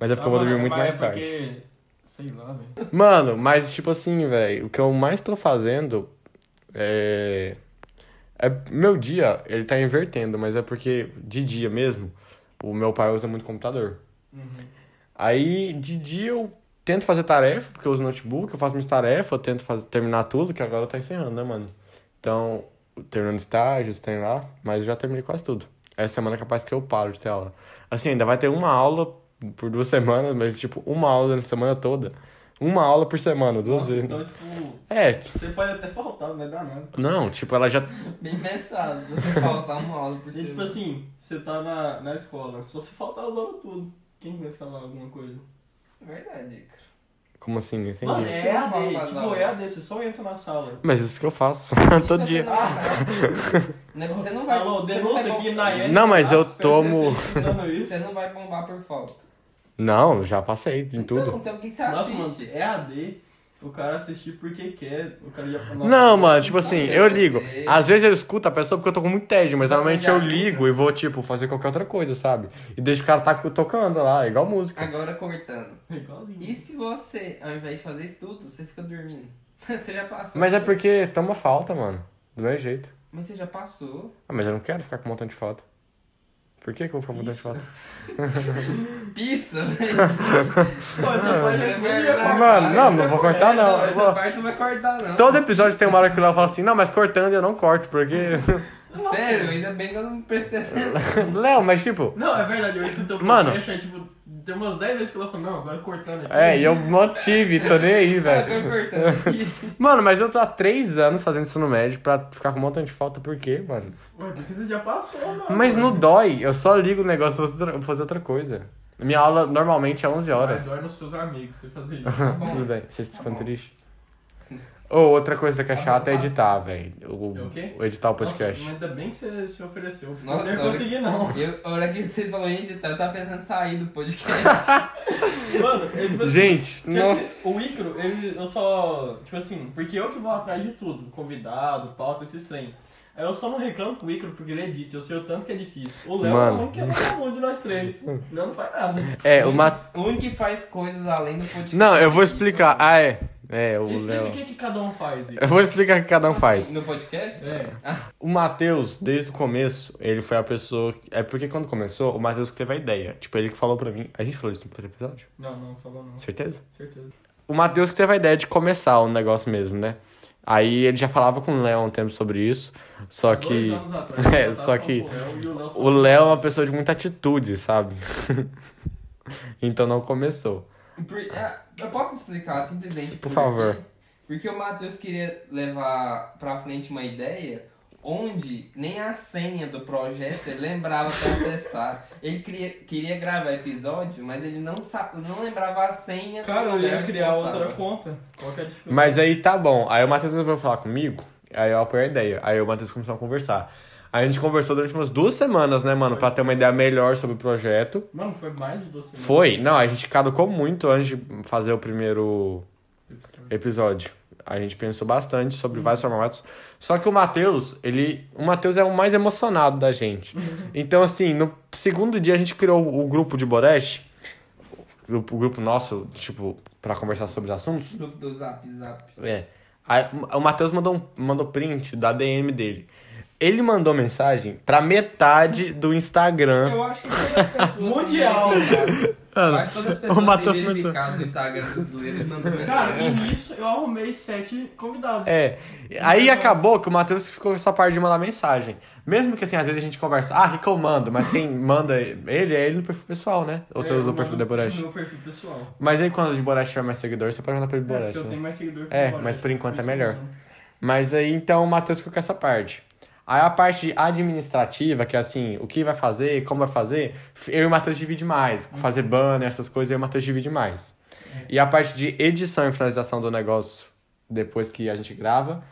S1: Mas é porque eu vou dormir muito
S2: Mas é
S1: mais tarde.
S2: porque- Sei lá, velho.
S1: Mano, mas tipo assim, velho, o que eu mais tô fazendo é... é. Meu dia, ele tá invertendo, mas é porque de dia mesmo, o meu pai usa muito computador.
S2: Uhum.
S1: Aí, de dia eu tento fazer tarefa, porque eu uso notebook, eu faço minhas tarefas, eu tento faz- terminar tudo, que agora tá encerrando, né, mano? Então, terminando estágios, tem lá, mas eu já terminei quase tudo. Essa semana é capaz que eu paro de ter aula. Assim, ainda vai ter uma aula por duas semanas, mas tipo, uma aula na semana toda. Uma aula por semana, duas
S2: Nossa,
S1: vezes.
S2: então, tipo,
S1: É, t-
S2: você pode até faltar, não vai dar nada.
S1: não, tipo, ela já.
S3: Bem pensado. Você faltar uma aula por
S2: E, tipo
S3: semana.
S2: assim, você tá na, na escola, só se faltar as aulas tudo. Quem vai falar alguma coisa?
S3: É Verdade, cara.
S1: Como assim? Não Entendi.
S2: Mano,
S3: Você
S2: é
S3: não fala
S2: AD,
S3: mais
S2: tipo,
S3: nada.
S2: é AD, você só entra na sala.
S1: Mas isso que eu faço Ah,
S2: é
S1: todo dia.
S3: Não é- Você não vai.
S2: Alô,
S3: você
S2: denúncia
S3: não vai
S2: aqui,
S3: bombar-
S2: Nayane.
S1: Não, mas eu
S2: Matos,
S1: tomo.
S2: PVC, ensinando isso.
S3: Você não vai bombar por falta.
S1: Não, já passei em tudo.
S3: Então, então o que que você
S2: Nossa, mano,
S3: assiste?
S2: é AD, o cara assistir porque quer, o cara já falou.
S1: Não, mano, tipo assim, eu
S3: eu
S1: ligo.
S3: sei.
S1: Às vezes eu escuto a pessoa porque eu tô com muito tédio, mas
S3: Você tá
S1: normalmente eu
S3: falando de
S1: ligo
S3: ajuda?
S1: e vou, tipo, fazer qualquer outra coisa, sabe? E deixo o cara tá tocando lá, igual música.
S3: Agora cortando.
S2: é Igualzinho.
S3: E se você, ao invés de fazer isso tudo, você fica dormindo? você já passou.
S1: Mas é porque toma falta, mano. Do meu jeito.
S3: Mas você já passou.
S1: Ah, mas eu não quero ficar com um montão de foto. Por que, que eu vou ficar com um montão de
S2: Isso.
S1: foto?
S3: Pissa, velho.
S2: Pô, essa página é minha.
S1: Mano, não, não vou cortar, tá não.
S3: Essa,
S1: Vou-
S3: parte não vai cortar, não.
S1: Todo episódio tem uma hora que o Léo fala assim, não, mas cortando eu não corto, porque.
S3: Sério, ainda bem que eu não prestei atenção.
S1: Léo, mas tipo.
S2: Não, é verdade, eu escutei o
S1: Mano.
S2: podcast, aí, tipo, tem umas 10 vezes que ela falou, não, agora cortando aqui.
S1: É, e eu mantive, tô nem aí,
S3: Eu
S1: velho.
S3: Tá, tô cortando aqui.
S1: Mano, mas eu tô há três anos fazendo ensino médio pra ficar com um montão de falta, por quê, mano?
S2: Ué, porque você já passou, mano.
S1: Mas não dói, eu só ligo o negócio pra fazer outra- pra fazer outra coisa. Minha aula normalmente é 11
S2: Mas
S1: horas.
S2: dói nos seus amigos você fazer isso.
S3: bom.
S1: Tudo bem, vocês ficam
S3: bom.
S1: tristes. Ou outra coisa que é
S3: Tá bom,
S1: chata é
S3: tá.
S1: editar, velho.
S2: É o quê?
S1: O, o editar o podcast.
S2: Nossa, mas ainda bem que você se ofereceu. porque
S3: Nossa,
S2: eu não
S3: olha-
S2: consegui, não.
S3: Eu, a hora que vocês falaram em editar, eu tava pensando em sair do podcast.
S2: Mano, eu, tipo assim,
S1: Gente,
S2: Tinha que-
S1: nossa.
S2: O Icro, ele, eu só. Tipo assim, porque eu que vou atrás de tudo, convidado, pauta, esses 100. Aí Eu só não reclamo com o Icro porque ele edita, eu sei o tanto que é difícil. O Léo é
S1: Mano.
S2: o único que é mais comum de nós três. Não, não faz nada.
S1: É, o Mat...
S3: O único que faz coisas além do podcast.
S1: Não, eu vou explicar. Ah, é. É, o
S2: Explica o
S1: Léo.
S2: que, que cada um faz, Icro.
S1: Eu vou explicar o que cada um
S3: Assim,
S1: faz.
S3: No podcast?
S2: É.
S1: O Matheus, desde o começo, ele foi a pessoa. que- É porque quando começou, o Matheus que teve a ideia. Tipo, ele que falou pra mim. A gente falou isso no primeiro episódio?
S2: Não, não, falou não.
S1: Certeza?
S2: Certeza.
S1: O Matheus que teve a ideia de começar o negócio mesmo, né? Aí ele já falava com o Léo há um tempo sobre isso. Só que.
S2: Dois anos atrás, eu
S1: É,
S2: tava
S1: só
S2: falando
S1: que
S2: com O Léo, e o Léo só-
S1: O Léo é uma pessoa de muita atitude, sabe? então não começou.
S3: Por- é, eu posso explicar simplesmente.
S1: Por
S3: quê?
S1: favor.
S3: Porque o Matheus queria levar pra frente uma ideia onde nem a senha do projeto ele lembrava pra acessar. Ele queria, queria gravar episódio, mas ele não, sa- não lembrava a senha. do
S2: Cara, eu
S3: projeto
S2: ia
S3: que
S2: criar
S3: postava.
S2: outra conta. Qual que é a dificuldade?
S1: Mas aí tá bom. Aí o Matheus resolveu falar comigo. Aí eu apoiei a ideia. Aí o Matheus começou a conversar. Aí a gente conversou durante umas duas semanas, né, mano? Pra ter uma ideia melhor sobre o projeto.
S2: Mano, foi mais de duas semanas.
S1: Foi. Não, a gente caducou muito antes de fazer o primeiro episódio. A gente pensou bastante sobre vários formatos. Só que o Matheus, ele. O Matheus é o mais emocionado da gente. Então, assim, no segundo dia a gente criou o grupo de Boreste. O grupo, o grupo nosso, tipo, pra conversar sobre os assuntos.
S3: Grupo do Zap Zap.
S1: É. Aí, o Matheus mandou, um, mandou print da DM dele. Ele mandou mensagem pra metade do Instagram.
S3: Eu acho que todas as pessoas têm
S2: Mundial.
S3: verificado. Eu acho que todas as pessoas
S1: Matheus
S3: têm
S1: mandou.
S3: verificado no Instagram brasileiro e mandou
S2: Cara,
S3: mensagem.
S2: e nisso eu arrumei sete convidados.
S1: É. Aí
S2: Nossa.
S1: acabou que o Matheus ficou com essa parte de mandar mensagem. Mesmo que assim, às vezes a gente conversa, ah, que eu mando, mas quem manda ele é ele no perfil pessoal, né? Ou você
S2: É,
S1: usa o
S2: eu
S1: perfil
S2: mando
S1: da Borash.
S2: Meu perfil pessoal.
S1: Mas aí quando o de Borash tiver mais seguidor, você pode mandar pelo
S2: É, porque
S1: Borash,
S2: eu
S1: né?
S2: tenho mais seguidor que
S1: É,
S2: o Borash.
S1: mas por enquanto é
S2: Isso
S1: melhor.
S2: mesmo.
S1: Mas aí então o Matheus ficou com essa parte. Aí a parte administrativa, que é assim, o que vai fazer, como vai fazer, eu e o Matheus divide mais. Fazer banner, essas coisas, eu e o Matheus divide mais.
S2: É.
S1: E a parte de edição e finalização do negócio, depois que a gente grava,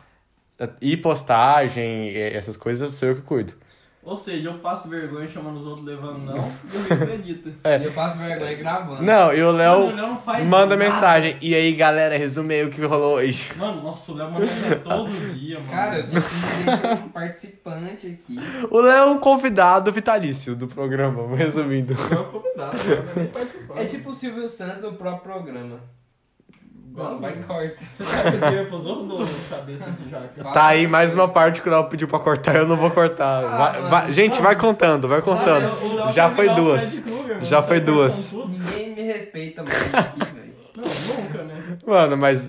S1: e postagem, e essas coisas, sou eu que cuido.
S2: Ou seja, eu passo vergonha chamando os outros levando não, e eu me acredito.
S1: É.
S3: E eu passo vergonha gravando.
S1: Não, e É o
S2: Mano, o
S1: Léo
S2: Léo não faz
S1: manda
S2: nada.
S1: mensagem. E aí, galera, resumei o que rolou hoje.
S2: Mano, nossa, o Léo manda mensagem todo dia, mano.
S3: Cara, eu sou simplesmente um participante aqui.
S1: O Léo é um convidado vitalício do programa, resumindo.
S2: eu sou convidado, eu não nem participar.
S3: É tipo o Silvio Santos no próprio programa. Não,
S2: Nossa,
S3: vai
S2: vai...
S3: corta.
S2: Você tá dizendo pros outros do cabeça aqui já, cara.
S1: Tá aí mais uma parte que o Léo pediu pra cortar, eu não vou cortar.
S3: Ah,
S1: Vai-
S3: mano.
S1: vai- gente, vai contando, vai contando.
S2: Ah, O Léo
S1: Já
S2: quer
S1: foi
S2: virar o
S1: duas.
S2: Fred Krueger, mano.
S1: Já
S2: Tá
S1: foi
S2: cortando
S1: duas.
S2: tudo.
S3: Ninguém me respeita mais aqui, velho.
S2: Não, nunca, né?
S1: Mano, mas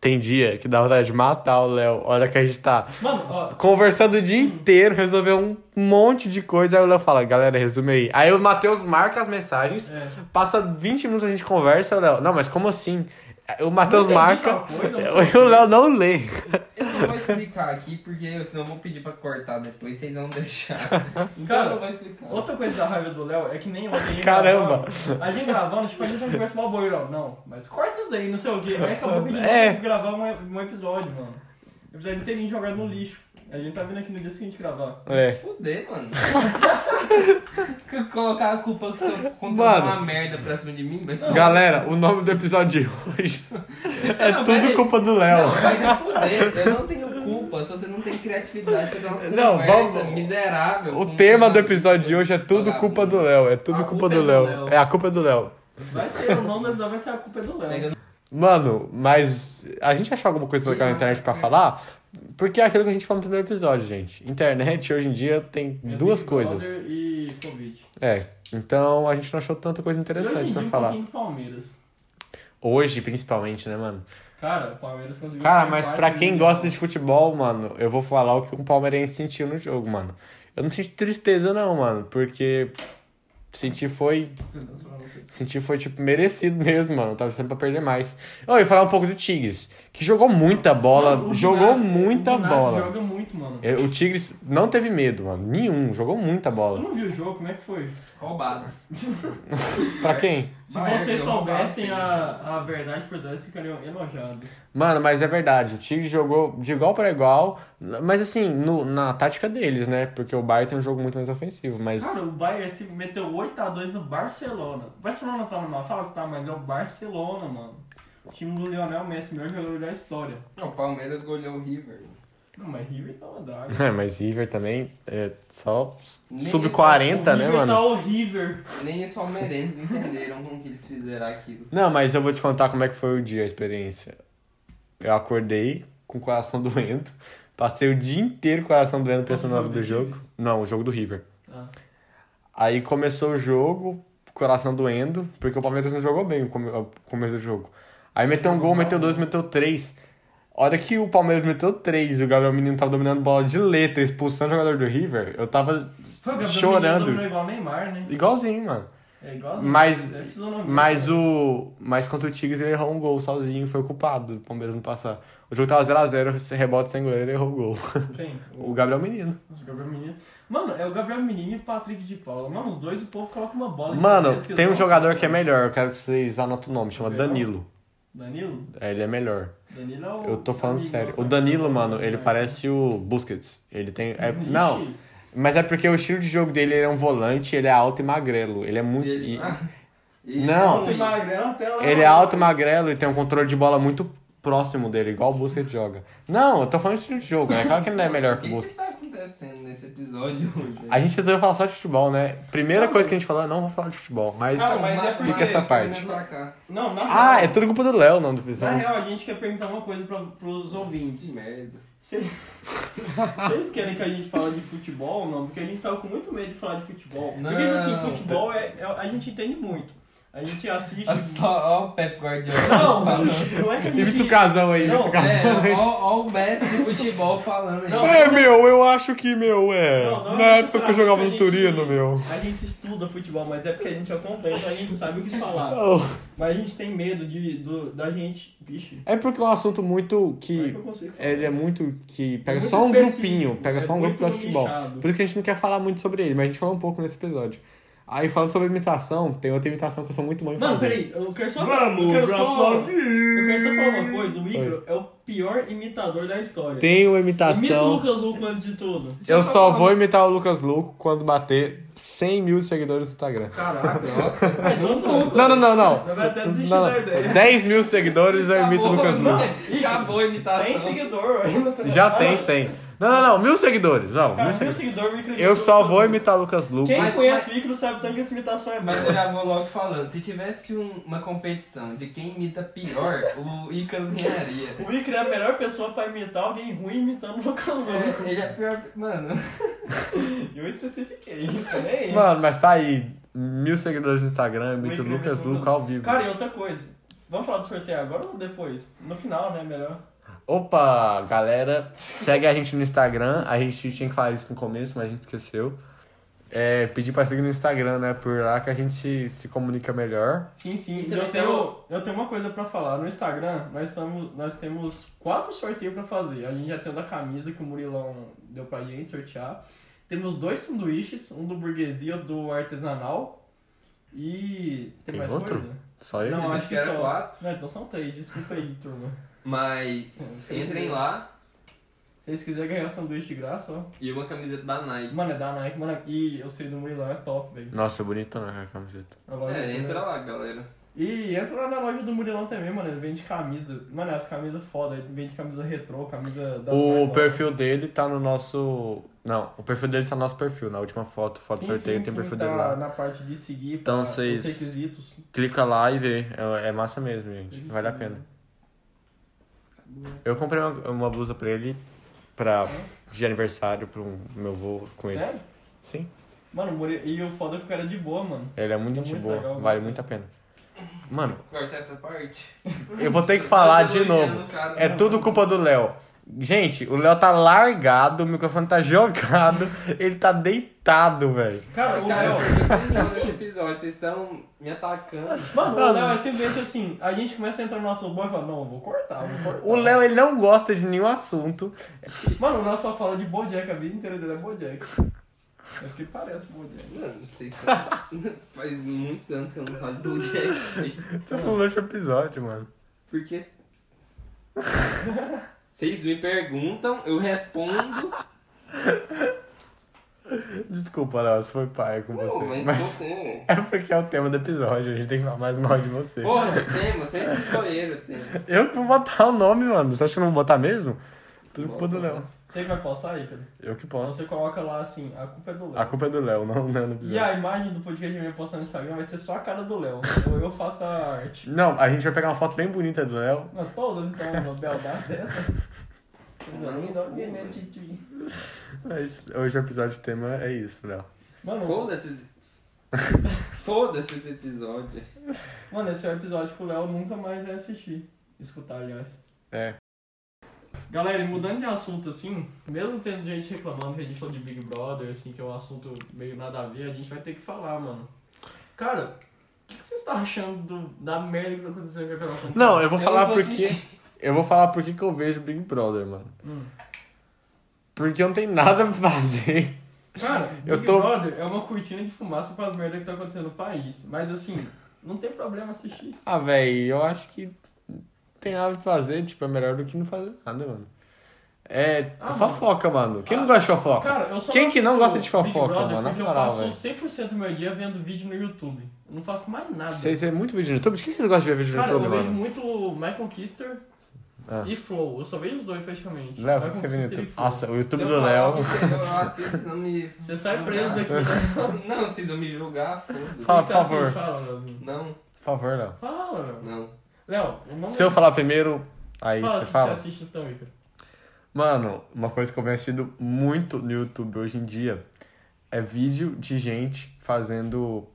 S1: Tem dia que dá vontade de matar o Léo. Olha que a gente tá
S2: Mano, ó.
S1: conversando o dia inteiro, resolveu um monte de coisa. Aí o Léo fala, galera, resume aí. Aí o Matheus marca as mensagens,
S2: É.
S1: passa 20 minutos a gente conversa, o Léo. Não, mas como assim? O Matheus
S2: entendi
S1: marca,
S2: tal coisa, não
S1: e o Léo não lê.
S3: Eu não vou explicar aqui, porque eu- senão eu vou pedir pra cortar depois, vocês vão deixar. Então
S2: Cara,
S3: eu não vou explicar.
S2: Outra coisa da raiva do Léo é que nem ontem. ele
S1: Caramba.
S2: gravando. A gente gravando, tipo, a gente não conversa mal boirão. Não, mas corta isso daí, não sei o quê. Aí acabou que um a gente
S1: É.
S2: não conseguiu gravar um, um episódio, mano. O episódio inteirinho jogado no lixo. A gente tá vindo aqui no dia seguinte gravar.
S3: Se fuder, mano. Co- Colocar a culpa que você contou
S1: Mano.
S3: uma merda pra cima de mim, mas.
S1: Galera, o nome do episódio de hoje é
S3: Não,
S1: tudo
S3: peraí.
S1: culpa do Léo.
S3: Não, vai se fuder, eu não tenho culpa, se você não tem criatividade pra dar uma
S1: Não,
S3: conversa
S1: vamos-
S3: miserável. um
S1: O tema do episódio de hoje é tudo culpa do Léo. É tudo
S2: A
S1: culpa
S2: culpa
S1: do
S2: é do
S1: Léo.
S2: Léo.
S1: É a culpa do Léo.
S2: Vai ser o nome do episódio, vai ser a culpa é do Léo.
S3: Pega-
S1: Mano, mas a gente achou alguma coisa legal na internet
S2: É.
S1: pra falar? Porque é aquilo que a gente falou no primeiro episódio, gente. Internet hoje em dia tem
S2: É
S1: duas
S2: Big
S1: coisas.
S2: Brother E Covid.
S1: É. Então a gente não achou tanta coisa
S2: Eu
S1: interessante
S2: entendi
S1: pra
S2: um
S1: falar.
S2: pouquinho do Palmeiras.
S1: Hoje, principalmente, né, mano?
S2: Cara, o Palmeiras conseguiu.
S1: Cara,
S2: ficar em
S1: mas
S2: quarto
S1: pra
S2: no
S1: quem
S2: Mundial.
S1: gosta de futebol, mano, eu vou falar o que um palmeirense sentiu no jogo, mano. Eu não senti tristeza, não, mano, porque senti foi Senti foi, tipo, merecido mesmo, mano. Tava sendo pra perder mais. Eu ia falar um pouco do Tigres, que jogou muita bola.
S2: Mano, o
S1: jogou
S2: Renato-
S1: muita
S2: o Renato
S1: bola.
S2: Joga muito, mano.
S1: É, O Tigres não teve medo, mano. Nenhum. Jogou muita
S2: Eu
S1: bola.
S2: não vi o jogo, como é que foi?
S3: Roubado.
S1: Pra quem?
S2: Se
S3: Vai,
S2: vocês
S3: é, eu vou
S2: soubessem
S3: falar
S2: a, a verdade por trás, ficariam enojados.
S1: Mano, mas é verdade. O Tigres jogou de igual pra igual. Mas assim, no- na tática deles, né? Porque o Bayern tem um jogo muito mais ofensivo. Mas
S2: Cara, o Bayern se meteu 8x2 no Barcelona. O Barcelona tá numa fase, tá? Mas é o Barcelona, mano. O time do Lionel Messi, o melhor jogador da história.
S3: Não, o Palmeiras goleou o River.
S2: Não, mas River tá uma draga.
S1: É, mas River também é só
S3: Nem
S1: sub
S3: isso-
S1: 40,
S2: o
S1: né,
S2: River Tá
S1: mano?
S2: o River.
S3: Nem os palmeirenses entenderam como que eles fizeram aquilo.
S1: Não, mas eu vou te contar como é que foi o dia, a experiência. Eu acordei com o coração doendo, passei o dia inteiro com o coração doendo pensando no
S2: Qual
S1: nome
S2: foi
S1: do
S2: o
S1: Ah, jogo.
S2: Tigres?
S1: Não, o jogo do River.
S2: Ah,
S1: Aí começou o jogo, coração doendo, porque o Palmeiras não jogou bem no come- no começo do jogo. Aí meteu um gol, meteu dois, meteu três. A hora que o Palmeiras meteu três, o Gabriel Menino tava dominando bola de letra, expulsando o jogador do River, eu tava
S2: Foi o Gabriel
S1: Chorando.
S2: Menino dominou igual o Neymar, né?
S1: igualzinho, mano.
S2: É igual
S1: Mas- Mas
S2: o
S1: o. Mas contra o Tigres ele errou um gol sozinho, foi o culpado do Palmeiras não passar. O jogo tava 0x0, esse rebote sem goleiro, ele errou o gol.
S2: Quem?
S1: O Gabriel é um Menino.
S2: Nossa, o Gabriel Menino. Mano, é o Gabriel Menino e o Patrick de Paula. Mano, os dois o povo coloca uma bola em
S1: Mano,
S2: cabeça que
S1: tem um
S2: não-
S1: jogador que é melhor, eu quero que vocês anotem o nome, chama
S2: Gabriel?
S1: Danilo.
S2: Danilo?
S1: É, Ele é melhor.
S2: Danilo é o.
S1: Eu tô falando
S2: amigo
S1: sério.
S2: nosso.
S1: O Danilo, mano, ele parece o Busquets. Ele tem. é-
S2: Ixi,
S1: não, mas é porque o estilo de jogo dele ele é um volante, ele é alto e magrelo. Ele é muito.
S3: E ele-
S1: e-
S3: Ah, e-
S1: Não.
S2: alto e magrelo até lá.
S1: Ele é alto, magrelo e tem um controle de bola muito próximo dele, igual o Busquets joga. Não, eu tô falando estilo de jogo, né? Claro que ele não é melhor
S3: O
S1: que o
S3: que,
S1: Busquets.
S3: que tá acontecendo nesse episódio hoje?
S1: A gente resolveu falar só de futebol, né? Primeira coisa que a gente falou, é, não vamos falar de futebol, mas.
S2: Cara, mas é porque-
S1: Fica essa parte.
S3: Pra cá.
S2: Não, na
S1: Ah, é
S2: real.
S1: tudo culpa do Léo o nome do
S2: Na
S1: episódio.
S2: real, a gente quer perguntar uma coisa pra, pros
S3: Que
S2: ouvintes.
S3: merda.
S2: Cê- Vocês querem que a gente fale de futebol ou não? Porque a gente tava com muito medo de falar de futebol.
S3: Não.
S2: Porque, assim, futebol é, é- a gente entende muito. A gente assiste.
S3: Olha só, ó o Pep Guardiola.
S2: Não,
S3: falando.
S2: não é que a gente.
S1: Imita o casão aí,
S2: Não,
S1: imita o casão
S3: É,
S1: aí.
S3: ó, ó o mestre de futebol falando aí.
S2: Não,
S1: É, meu, eu acho que, meu, é.
S2: Não, não
S1: Na
S2: é
S1: época que eu jogava no
S2: necessariamente
S1: Turino, meu.
S2: A gente estuda futebol, mas é porque a gente acompanha, então a gente sabe o que falar.
S1: Oh.
S2: Mas a gente tem medo de, do, da gente. Vixe,
S1: É porque é um assunto muito
S2: como é que
S1: que.
S2: eu consigo falar?
S1: Ele é muito que pega
S2: Muito
S1: só um
S2: específico,
S1: grupinho, pega
S2: é
S1: só um
S2: muito
S1: grupo do futebol.
S2: nichado.
S1: Por isso que a gente não quer falar muito sobre ele, mas a gente falou um pouco nesse episódio. Aí falando sobre imitação, tem outra imitação que eu sou muito bom em
S2: Mano,
S1: fazer.
S2: peraí, eu quero só. eu quero só, eu quero só falar uma coisa: o Igor é o pior imitador da história.
S1: Tem uma
S2: Imita o
S1: imitação.
S2: Lucas Luco antes de tudo.
S1: Eu só vou imitar o Lucas Louco quando bater 100 mil seguidores no Instagram.
S2: Caraca.
S3: Nossa,
S2: Vai, não, não,
S1: Não, não, não, não.
S2: Vai até desistir
S1: Não,
S2: da
S1: não.
S2: ideia.
S1: 10 mil seguidores eu imito o
S3: acabou,
S1: Lucas Louco.
S3: né? Acabou a imitação.
S2: Sem seguidor, velho.
S1: Já tem 100. Não, não, não. Mil seguidores. Não,
S2: Cara,
S1: mil
S2: meu
S1: seguidores.
S2: seguidor me acredita.
S1: Eu só vou imitar o Lucas Louco.
S2: Quem
S3: Mas-
S2: conhece o Igor sabe tanto que essa imitação é
S3: Mas eu
S2: boa.
S3: já vou logo falando, se tivesse um- uma competição de quem imita pior, o Ícaro ganharia.
S2: O Icaro é a melhor pessoa pra imitar alguém ruim imitando o Lucas Luco.
S3: É, Ele é a pior. Mano,
S2: Eu especifiquei, então é também.
S1: Mano, mas tá aí. Mil seguidores no Instagram, eu imito o
S2: Muito
S1: Lucas
S2: bem, muito
S1: Louco ao vivo.
S2: Cara, e outra coisa. Vamos falar do sorteio agora ou depois? No final, né? Melhor.
S1: Opa, galera, segue a gente no Instagram. A gente tinha que falar isso no começo, mas a gente esqueceu. É, pedir pra seguir no Instagram, né? Por lá que a gente se comunica melhor.
S2: Sim, sim.
S3: E
S2: E eu,
S3: também
S2: tenho, eu tenho uma coisa pra falar. No Instagram, nós, estamos, nós temos quatro sorteios pra fazer. A gente já tem o da camisa que o Murilão deu pra gente sortear. Temos dois sanduíches, um do burguesia, outro do artesanal. E. Tem,
S1: Tem
S2: mais
S1: outro?
S2: coisa?
S1: Só isso?
S2: Não, acho que
S3: Era
S2: só.
S3: quatro.
S2: Não, então são três, desculpa aí, turma.
S3: Mas
S2: É,
S3: entrem lá
S2: Se vocês quiserem ganhar sanduíche de graça, ó.
S3: e uma camiseta da Nike.
S2: Mano, é da Nike, mano. E eu sei do Murilão, é top, velho.
S1: Nossa, bonito né, a camiseta.
S2: A loja
S3: É,
S2: dele,
S3: entra
S2: né?
S3: lá, galera.
S2: E entra lá na loja do Murilão também, mano. Ele vende camisa. Mano, as camisas foda. Ele vende camisa retrô, camisa da.
S1: O perfil dele tá no nosso. Não, o perfil dele tá no nosso perfil. Na última foto, foto do sorteio, tem o perfil dele lá.
S2: tá Na parte de seguir
S1: Então,
S2: pra-
S1: vocês-
S2: os requisitos.
S1: Clica lá e vê. É, é massa mesmo, gente. Vale a pena. Eu comprei uma, uma blusa pra ele pra, de aniversário pro meu avô com ele.
S2: Sério?
S1: Sim.
S2: Mano, o Murilo- e o foda é que o cara é de boa, mano.
S1: Ele é muito
S2: É
S1: gente
S2: muito
S1: boa.
S2: legal,
S1: vale
S2: você.
S1: muito a pena. Mano,
S3: Corta essa parte.
S1: eu vou ter que falar de
S3: Elogiando
S2: né?
S1: novo.
S3: o cara.
S1: É tudo culpa do Léo. Gente, o Léo tá largado, o microfone tá jogado, ele tá deitado, velho.
S2: Cara, o
S3: Cara,
S2: Léo.
S3: eu tô entendendo esse episódio, vocês estão me atacando.
S2: Mano, o
S1: Mano.
S2: Léo é simplesmente assim. A gente começa a entrar no nosso boa e fala, não, eu vou cortar, eu vou cortar.
S1: O Léo, ele não gosta de nenhum assunto.
S2: Mano, o Léo só fala de Bojack, a vida inteira dele é Bojack. É porque parece Bojack.
S3: Mano, vocês estão... Faz muitos anos que eu não falo do Jack.
S1: Você falou no episódio, mano.
S3: Porque. Vocês me perguntam, eu respondo.
S1: Desculpa, Léo, isso foi pai com
S3: Não,
S1: você.
S3: mas,
S1: Mas
S3: você.
S1: é porque é o tema do episódio, a gente tem que falar mais mal de você.
S3: Porra, o tema, sempre escolheram o tema.
S1: Eu que vou botar o nome, mano. Você acha que eu não vou botar mesmo? Tudo culpa do Léo.
S2: Você que vai postar aí, cara?
S1: Eu que
S2: Então
S1: posso.
S2: Você coloca lá assim, a culpa é do Léo.
S1: A culpa é do Léo, não, não é do
S2: E
S1: episódio.
S2: a imagem do podcast que eu ia postar no Instagram vai ser só a cara do Léo. Ou eu faço a arte.
S1: Não, a gente vai pegar uma foto bem bonita do Léo.
S2: Não, todas então, uma beldade dessa. Mas eu nem dou- nem mete de mim.
S1: Mas hoje o episódio tema é isso, Léo.
S2: Mano,
S3: Foda-se. esse- Foda-se esse episódio.
S2: mano, esse é o episódio que o Léo nunca mais vai assistir. Escutar, aliás.
S1: É.
S2: Galera, e mudando de assunto assim, mesmo tendo gente reclamando que a gente falou de Big Brother, assim, que é um assunto meio nada a ver, a gente vai ter que falar, mano. Cara, o que, que você está achando do- da merda que tá acontecendo com aquela campanha?
S1: Não, eu vou
S3: Eu
S1: falar
S3: não vou
S1: porque. Eu vou falar porque que eu vejo Big Brother, mano.
S2: Hum.
S1: Porque eu não tenho nada pra fazer.
S2: Cara, Big
S1: Eu tô-
S2: Brother é uma cortina de fumaça com as merdas que tá acontecendo no país. Mas assim, não tem problema assistir.
S1: Ah, velho, eu acho que tem nada pra fazer, tipo, é melhor do que não fazer nada, mano. É
S2: Ah,
S1: fofoca, mano. Quem não
S2: Ah.
S1: gosta de fofoca?
S2: Cara, eu só
S1: Quem que não
S2: assisto
S1: gosta de fofoca,
S2: Big Brother
S1: mano? Na
S2: Porque
S1: moral,
S2: eu passo 100% do meu dia vendo vídeo no YouTube. Eu não faço mais nada.
S1: Vocês veem muito vídeo no YouTube? De que vocês gostam de ver vídeo no
S2: Ah, Cara,
S1: YouTube,
S2: eu vejo
S1: mano?
S2: muito Michael Kister
S1: Ah.
S2: e Flow. Eu só vejo os dois praticamente.
S1: Léo, o que
S2: Michael
S1: você vê no
S2: Kister e
S1: YouTube?
S2: Flow.
S1: Nossa, o
S3: Se
S1: YouTube
S3: eu
S1: do
S3: falar
S1: Léo.
S3: que Eu assisto, não me.
S2: Você sai preso
S3: Não,
S2: daqui. né?
S3: Não, vocês vão me julgar, foda-se.
S1: Fala,
S2: Você
S1: por favor.
S2: Assim, fala, Leozinho.
S3: Não,
S1: Por favor, Léo.
S2: Fala, Léo.
S3: não.
S2: Léo, o nome
S1: Se eu falar primeiro, aí
S2: fala, o
S1: você
S2: que
S1: fala.
S2: Você assiste então, Icaro?
S1: Mano, uma coisa que eu venho assistindo muito no YouTube hoje em dia é vídeo de gente fazendo.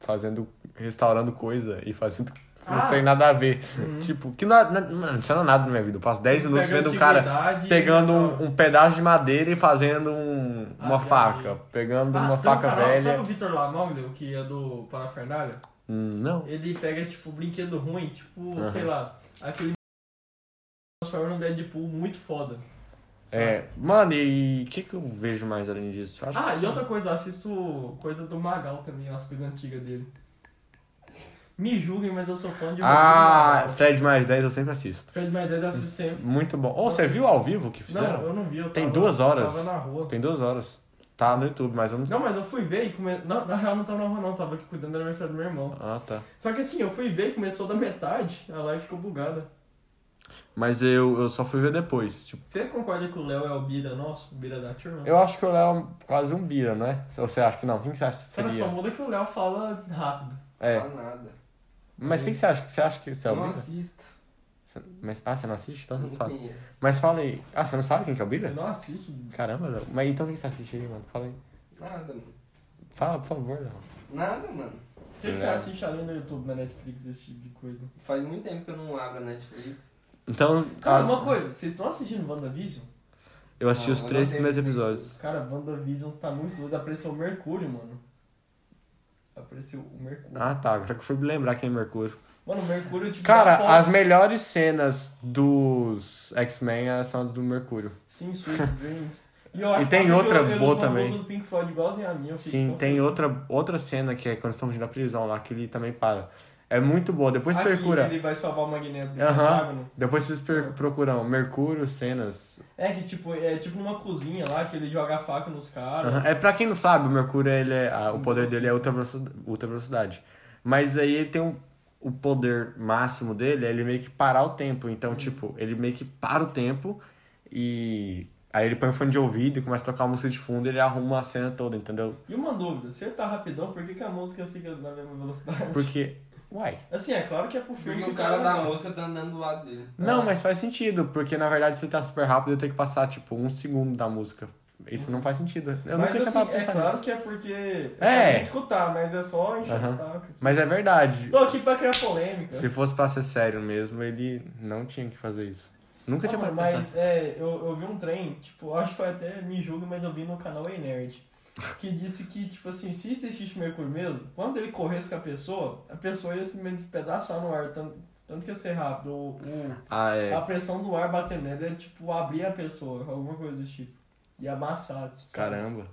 S1: fazendo. restaurando coisa e fazendo.
S2: Ah.
S1: Não tem nada a ver.
S2: Uhum.
S1: Tipo, que não, é- não, mano, isso não é nada na minha vida. Eu passo 10 minutos
S2: Pega
S1: vendo um cara
S2: antiguidade e
S1: pegando
S2: só-
S1: um, um pedaço de madeira e fazendo um-
S2: Ah,
S1: uma
S2: já vi.
S1: faca. Pegando
S2: Ah,
S1: uma
S2: tem um
S1: faca
S2: canal,
S1: velha.
S2: Sabe o Vitor Lamalho, que é do Parafernália?
S1: Hum, Não.
S2: Ele pega, tipo, brinquedo ruim, tipo, sei lá, aquele transforma num Deadpool muito foda. sabe?
S1: É. Mano, e o que, que eu vejo mais além disso? Acho
S2: Ah,
S1: que
S2: e outra coisa, eu assisto coisa do Magal também, as coisas antigas dele. Me julguem, mas eu sou fã de
S1: Ah,
S2: Magal.
S1: Fred mais 10 eu sempre assisto.
S2: Fred Mendes eu assisto sempre.
S1: Muito bom. Ou você viu ao vivo o que fizeram?
S2: Não, eu não vi, eu
S1: Tem
S2: tava-
S1: duas horas.
S2: Tava na rua.
S1: Tem duas horas. Tá no YouTube, mas eu não.
S2: Não, mas eu fui ver e come... não, Na real, não tava na rua, não. Tava aqui cuidando do aniversário do meu irmão.
S1: Ah, tá.
S2: Só que assim, eu fui ver, começou da metade, a live ficou bugada.
S1: Mas eu, eu só fui ver depois. Tipo,
S2: Você concorda que o Léo é o Bira nosso? O Bira da turma?
S1: eu acho que o Léo é quase um bira, né? Ou você acha que não? Quem que você acha que
S2: Cara, é só
S1: seria?
S2: muda que o Léo fala rápido.
S1: É.
S3: Fala nada.
S1: Mas quem que você acha que você acha que você é
S3: eu
S1: o
S3: não
S1: Bira?
S3: assisto.
S1: Você- Mas, ah, você não assiste? Então você
S3: Não
S1: não sabe.
S3: conheço.
S1: Mas fala aí. Ah, você não sabe quem que é o
S2: Você
S1: Bira?
S2: não assiste.
S1: Caramba, Léo. Mas então quem que você assiste aí, mano? Fala aí.
S3: Nada, mano.
S1: Fala, por favor, Léo.
S3: Nada, mano.
S2: que, que você
S1: né?
S2: assiste além do YouTube na Netflix, esse tipo de coisa?
S3: Faz muito tempo que eu não abro a Netflix.
S1: Então,
S2: Cara,
S1: a-
S2: uma coisa, vocês estão assistindo WandaVision?
S1: eu assisti
S3: Ah,
S1: os
S3: eu
S1: três
S3: não tenho
S1: primeiros
S3: Netflix.
S1: episódios.
S2: Cara, WandaVision tá muito doido. Apareceu o Mercúrio, mano. Apareceu o Mercúrio.
S1: Ah, tá. Agora que eu fui me lembrar quem é Mercúrio.
S2: Mano, o Mercúrio é tipo. da Fox.
S1: Cara, as melhores cenas dos X-Men são as do Mercúrio.
S2: Sim, Sweet Dreams. E, eu acho
S1: E tem
S2: massa que
S1: outra
S2: eu, eu
S1: boa
S2: uso uma
S1: também.
S2: blusa do Pink Floyd igualzinha a minha. eu fico
S1: Sim,
S2: tão
S1: tem
S2: feliz.
S1: outra, outra cena que é quando eles estão fugindo da prisão lá, que ele também para. É muito boa. Depois
S2: Aqui,
S1: você procura.
S2: Ele vai salvar o Magneto do
S1: Aham.
S2: Pentágono.
S1: Depois vocês per- procuram Mercúrio, cenas.
S2: É que tipo, é tipo numa cozinha lá que ele joga a faca nos caras.
S1: Aham. É pra quem não sabe, o Mercúrio, ele é, ah, o poder dele é ultra velocidade, ultra velocidade. Mas aí ele tem um, o poder máximo dele é ele meio que parar o tempo. Então, tipo, ele meio que para o tempo e. Aí ele põe o fone de ouvido e começa a tocar a música de fundo e ele arruma a cena toda, entendeu?
S2: E uma dúvida, se ele tá rapidão, por que, que a música fica na mesma velocidade?
S1: Porque. Uai.
S2: Assim, é claro que é pro filme
S3: Porque o
S2: ficar
S3: cara da
S2: legal.
S3: moça tá andando do lado dele.
S1: Não,
S2: Ah.
S1: mas faz sentido, porque na verdade se ele tá super rápido, eu tenho que passar, tipo, um segundo da música. Isso não faz sentido. Eu nunca
S2: mas
S1: tinha
S2: assim,
S1: parado pra
S2: é
S1: pensar
S2: claro
S1: nisso.
S2: que é porque...
S1: É.
S2: É. escutar, mas é só encher o
S1: Aham.
S2: saco.
S1: Mas é verdade.
S2: Tô aqui pra criar polêmica.
S1: Se fosse pra ser sério mesmo, ele não tinha que fazer isso. Nunca tinha
S2: Não,
S1: parado pra pensar.
S2: Ah, mas é, eu, eu vi um trem, tipo, eu acho que foi até me julgo, mas eu vi no canal Ei Nerd. Que disse que, tipo assim, se existisse Mercúrio mesmo, quando ele corresse com a pessoa, a pessoa ia se meio despedaçar no ar, tanto, tanto que ia ser rápido. O, o-
S1: Ah,
S2: a
S1: é.
S2: pressão do ar batendo nela ia, tipo, abrir a pessoa, alguma coisa do tipo. E amassar. tipo, sabe?
S1: Caramba.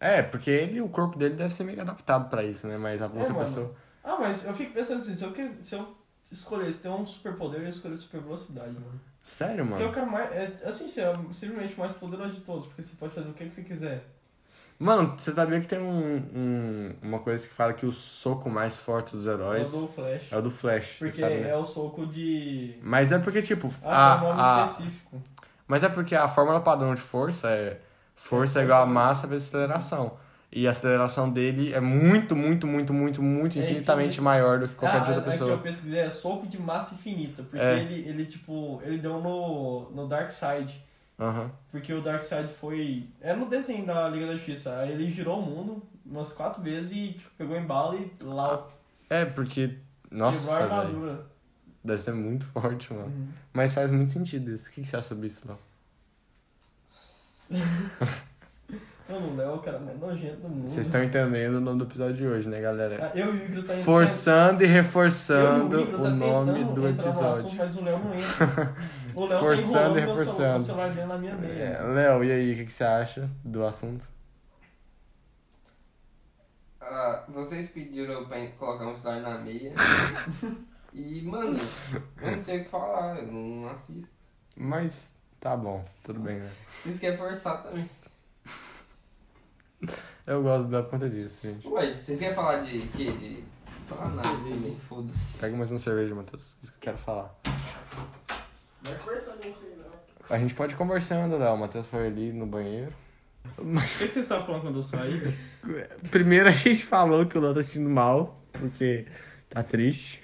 S1: É, porque ele, o corpo dele deve ser meio adaptado pra isso, né? Mas a outra
S2: É, mano.
S1: pessoa.
S2: Ah, mas eu fico pensando assim, se eu, quis- se eu escolhesse ter um superpoder, eu ia escolher super velocidade, mano.
S1: Sério,
S2: Porque é
S1: mano?
S2: o cara mais. É, assim, você é o simplesmente mais poderoso de todos, porque você pode fazer o que, que você quiser.
S1: Mano, você sabia que tem um, um- uma coisa que fala que o soco mais forte dos heróis
S2: Mandou o flash.
S1: é o do Flash, você
S2: Porque
S1: sabe, né?
S2: é o soco de.
S1: Mas é porque, tipo,
S2: Ah, tem um nome
S1: a, a,
S2: específico.
S1: Mas é porque a fórmula padrão de força é força é igual a massa vezes aceleração. E a aceleração dele é muito, muito, muito, muito, muito
S2: É
S1: infinitamente
S2: infinito.
S1: maior do que qualquer de
S2: ah,
S1: outra
S2: Aqui eu
S1: pessoa.
S2: pesquisei, é soco de massa infinita. Porque
S1: É.
S2: ele, ele, tipo, ele deu no, no Dark Side.
S1: Aham.
S2: Porque o Dark Side foi. É no desenho da Liga da Justiça. Aí ele girou o mundo umas quatro vezes e tipo, pegou em bala e lá
S1: É, porque.
S2: quebrou a
S1: Nossa, velho.
S2: armadura.
S1: Deve ser muito forte, mano.
S2: Uhum.
S1: Mas faz muito sentido isso. O que que você acha sobre isso, Léo?
S2: Mano, o Léo é o cara mais nojento do mundo.
S1: Vocês estão entendendo o nome do episódio de hoje, né, galera?
S2: Ah, Uhum. Eu e o Igor tá entrando-
S1: Forçando e
S2: Eu
S1: reforçando
S2: e Igor
S1: o
S2: tá
S1: nome
S2: tentando
S1: do
S2: entrar no
S1: episódio.
S2: assunto, mas o Léo não entra. O Léo tá
S1: Forçando
S2: enrolando
S1: e
S2: meu celular-
S1: reforçando.
S2: O celular dele na minha meia.
S1: É, Léo, e aí, o que que você acha do assunto?
S3: Ah, vocês pediram pra colocar um story na meia. e, mano, eu não sei o que falar, eu não assisto.
S1: Mas tá bom, tudo bem, né?
S3: Vocês querem forçar também.
S1: Eu gosto da conta disso, gente.
S3: Ué, vocês querem falar de quê? De. Falar nada também, foda-se.
S1: Pega mais uma cerveja, Matheus. Isso que eu quero falar.
S2: Não é forçando isso aí, não.
S1: A gente pode ir conversando, Léo. O Matheus foi ali no banheiro.
S2: O que que vocês estavam falando quando eu saí?
S1: Primeiro a gente falou que o Léo tá sentindo mal, porque tá triste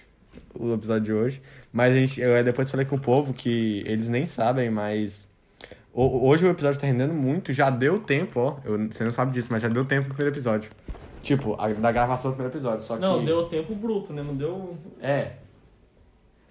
S1: o episódio de hoje. Mas a gente, eu depois falei com o povo que eles nem sabem, mas. ho- Hoje o episódio tá rendendo muito, já deu tempo, ó. Eu- você não sabe disso, mas já deu tempo pro primeiro episódio. Tipo, a- da gravação do primeiro episódio, só que.
S2: Não, deu tempo bruto, né? Não deu.
S1: É.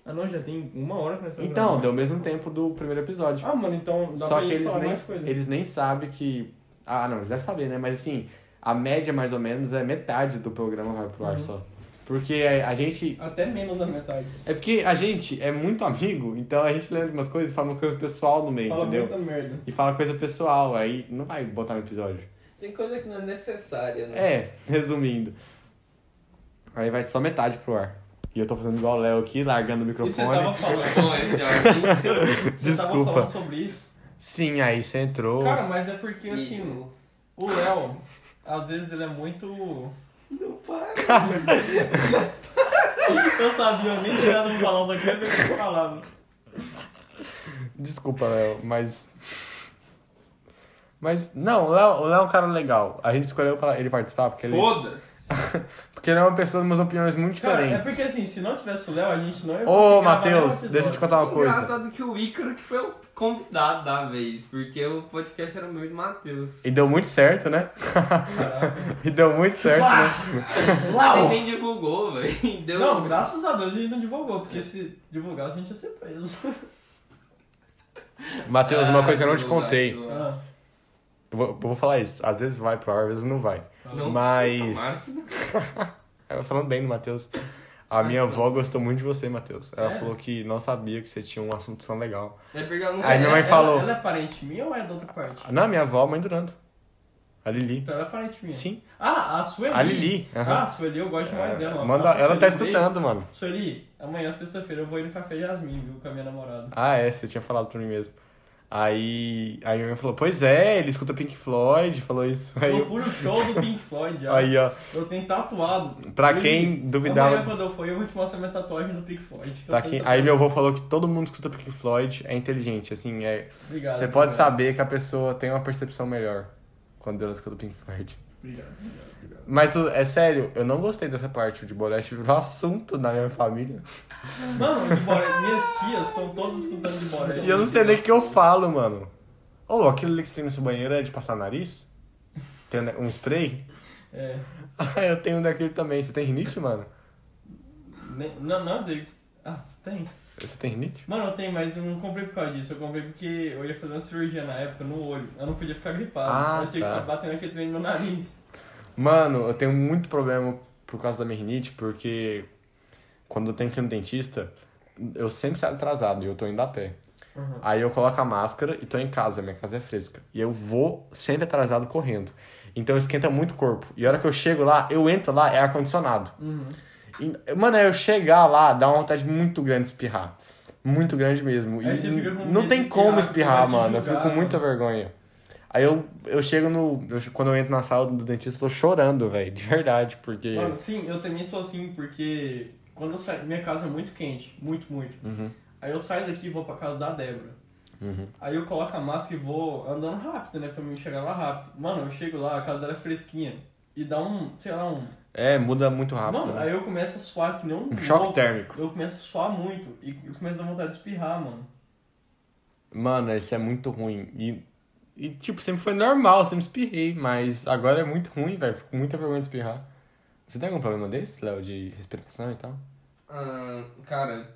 S2: Ah, não, já tem uma hora que nós estamos
S1: Então,
S2: gravando.
S1: deu o mesmo tempo do primeiro episódio.
S2: Ah, mano, então dá
S1: Só
S2: pra
S1: que
S2: gente
S1: eles
S2: falar
S1: nem,
S2: mais coisa.
S1: eles nem sabem que. Ah, não, eles devem saber, né? Mas assim, a média mais ou menos é metade do programa vai pro ar
S2: Uhum.
S1: só. Porque a, a gente.
S2: Até menos da metade.
S1: É porque a gente é muito amigo, então a gente lembra umas coisas e fala umas coisas pessoal no meio,
S2: Fala
S1: entendeu?
S2: muita merda.
S1: E fala coisa pessoal, aí não vai botar no episódio.
S3: Tem coisa que não é necessária, né?
S1: É, resumindo. Aí vai só metade pro ar. E eu tô fazendo igual o Léo aqui, largando o
S2: E você
S1: microfone.
S2: tava falando.
S3: Bom, esse áudio
S2: Você tava
S1: Desculpa.
S2: falando sobre isso.
S1: Sim, aí você entrou.
S2: Cara, mas é porque
S3: tem
S2: assim,
S3: sentido.
S2: o Léo, às vezes ele é muito.
S3: Não para.
S2: Eu sabia, eu nem queria não falar, só queria ver o que eu falava.
S1: Desculpa, Léo, mas. Mas, não, o Léo, o Léo é um cara legal. A gente escolheu pra ele participar porque ele,
S3: Foda-se.
S1: porque Porque ele é uma pessoa de umas opiniões muito
S2: Cara, é
S1: diferentes.
S2: porque assim, se não tivesse o Léo, a gente não ia
S1: Ô,
S2: conseguir gravar nenhum
S1: Matheus, deixa eu te
S2: episódio.
S1: contar uma coisa.
S3: Engraçado é que o Ícaro que foi o convidado da vez, porque o podcast era meu e do Matheus.
S1: E deu muito certo, né?
S2: Caraca.
S1: E deu muito certo, né?
S2: Ah! Uau!
S3: Ninguém divulgou, velho. Deu... um
S2: Não, graças a Deus a gente não divulgou, porque se divulgasse a gente ia ser preso.
S1: Matheus, uma
S3: Ah,
S1: coisa que eu não te
S3: divulgar,
S1: contei. Eu
S3: divulgar.
S2: Ah,
S1: vou, eu vou falar isso. Às vezes vai pro ar, às vezes não vai.
S3: Não,
S1: Mas.
S3: tomara
S1: Ela falando bem do Matheus. A minha avó gostou muito de você, Matheus. Ela
S2: Sério?
S1: falou que não sabia que você tinha um assunto tão legal.
S3: que não. É porque eu nunca
S1: Aí minha mãe
S2: ela-
S1: falou.
S2: Ela é parente minha ou é da outra parte?
S1: Não, minha avó, a mãe do Nando. A Lili.
S2: Então ela é parente minha.
S1: Sim.
S2: Ah, a Sueli.
S1: A Lili.
S2: Ah,
S1: aham.
S2: a Sueli, eu gosto mais dela.
S1: É,
S2: Um
S1: manda,
S2: abraço,
S1: ela tá
S2: Sueli.
S1: escutando, mano.
S2: Sueli, amanhã, sexta-feira, eu vou ir no Café Jasmin, viu, com a minha namorada.
S1: Ah, é, você tinha falado pra mim mesmo. Aí, aí minha mãe falou, pois é, ele escuta Pink Floyd, falou isso. Aí,
S2: Eu fui no show do Pink Floyd, já.
S1: aí ó,
S2: Eu tenho tatuado.
S1: pra
S2: Lili,
S1: quem
S2: Amanhã,
S1: duvidava... Tá
S2: quando eu for, eu vou te mostrar minha tatuagem no Pink Floyd.
S1: Pra quem, aí meu avô falou que todo mundo que escuta Pink Floyd é inteligente, assim, é,
S2: Obrigado.
S1: você pode saber que a pessoa tem uma percepção melhor quando ela escuta Pink Floyd.
S2: Obrigado, obrigado, obrigado.
S1: Mas tu- é sério, eu não gostei dessa parte, o de Boreste virou assunto na minha família.
S2: Mano, de Boré, minhas tias estão todas escutando de Boré.
S1: E eu não sei nem o que eu falo, mano. Ô, aquilo ali que você tem no seu banheiro é de passar nariz? Tem um spray?
S2: É.
S1: Ah, eu tenho um daquele também. Você tem rinite, mano?
S2: Nem- Não, não, Diego. Ah, você tem?
S1: Você tem rinite?
S2: Mano, eu tenho, mas eu não comprei por causa disso. Eu comprei porque eu ia fazer uma cirurgia na época no olho. Eu não podia ficar gripado.
S1: Ah,
S2: eu tinha
S1: tá.
S2: que ficar batendo aquele trem no meu nariz.
S1: Mano, eu tenho muito problema por causa da minha rinite, porque quando eu tenho que ir no dentista, eu sempre saio atrasado e eu tô indo a pé.
S2: Uhum.
S1: Aí eu coloco a máscara e tô em casa, minha casa é fresca. E eu vou sempre atrasado correndo. Então esquenta muito o corpo. E a hora que eu chego lá, eu entro lá, é ar-condicionado.
S2: Uhum.
S1: E, mano, eu chegar lá, dá uma vontade muito grande de espirrar. Muito grande mesmo. E
S2: Aí você fica com medo
S1: não
S2: de
S1: tem
S2: espirrar,
S1: como
S2: porque
S1: espirrar,
S2: vai te
S1: mano. Eu
S2: julgar,
S1: fico com muita vergonha. Aí eu, eu chego no. eu che- quando eu entro na sala do dentista, eu tô chorando, velho. De verdade, porque.
S2: Mano, sim, eu também sou assim, porque quando eu saio. Minha casa é muito quente. Muito, muito.
S1: Uhum,
S2: Aí eu saio daqui e vou pra casa da Débora.
S1: uhum.
S2: Aí eu coloco a máscara e vou andando rápido, né? Pra mim chegar lá rápido. Mano, eu chego lá, a casa dela é fresquinha. E dá um, sei lá, um.
S1: É, muda muito rápido.
S2: mano,
S1: né?
S2: aí eu começo a suar que nem um.
S1: Um choque
S2: louco.
S1: térmico.
S2: Eu começo a suar muito e eu começo a dar vontade de espirrar, mano.
S1: Mano, isso é muito ruim. E, e tipo, sempre foi normal, sempre espirrei, mas agora é muito ruim, velho. Fico com muita vergonha de espirrar. Você tem algum problema desse, Léo, de respiração e tal?
S3: Ah, cara,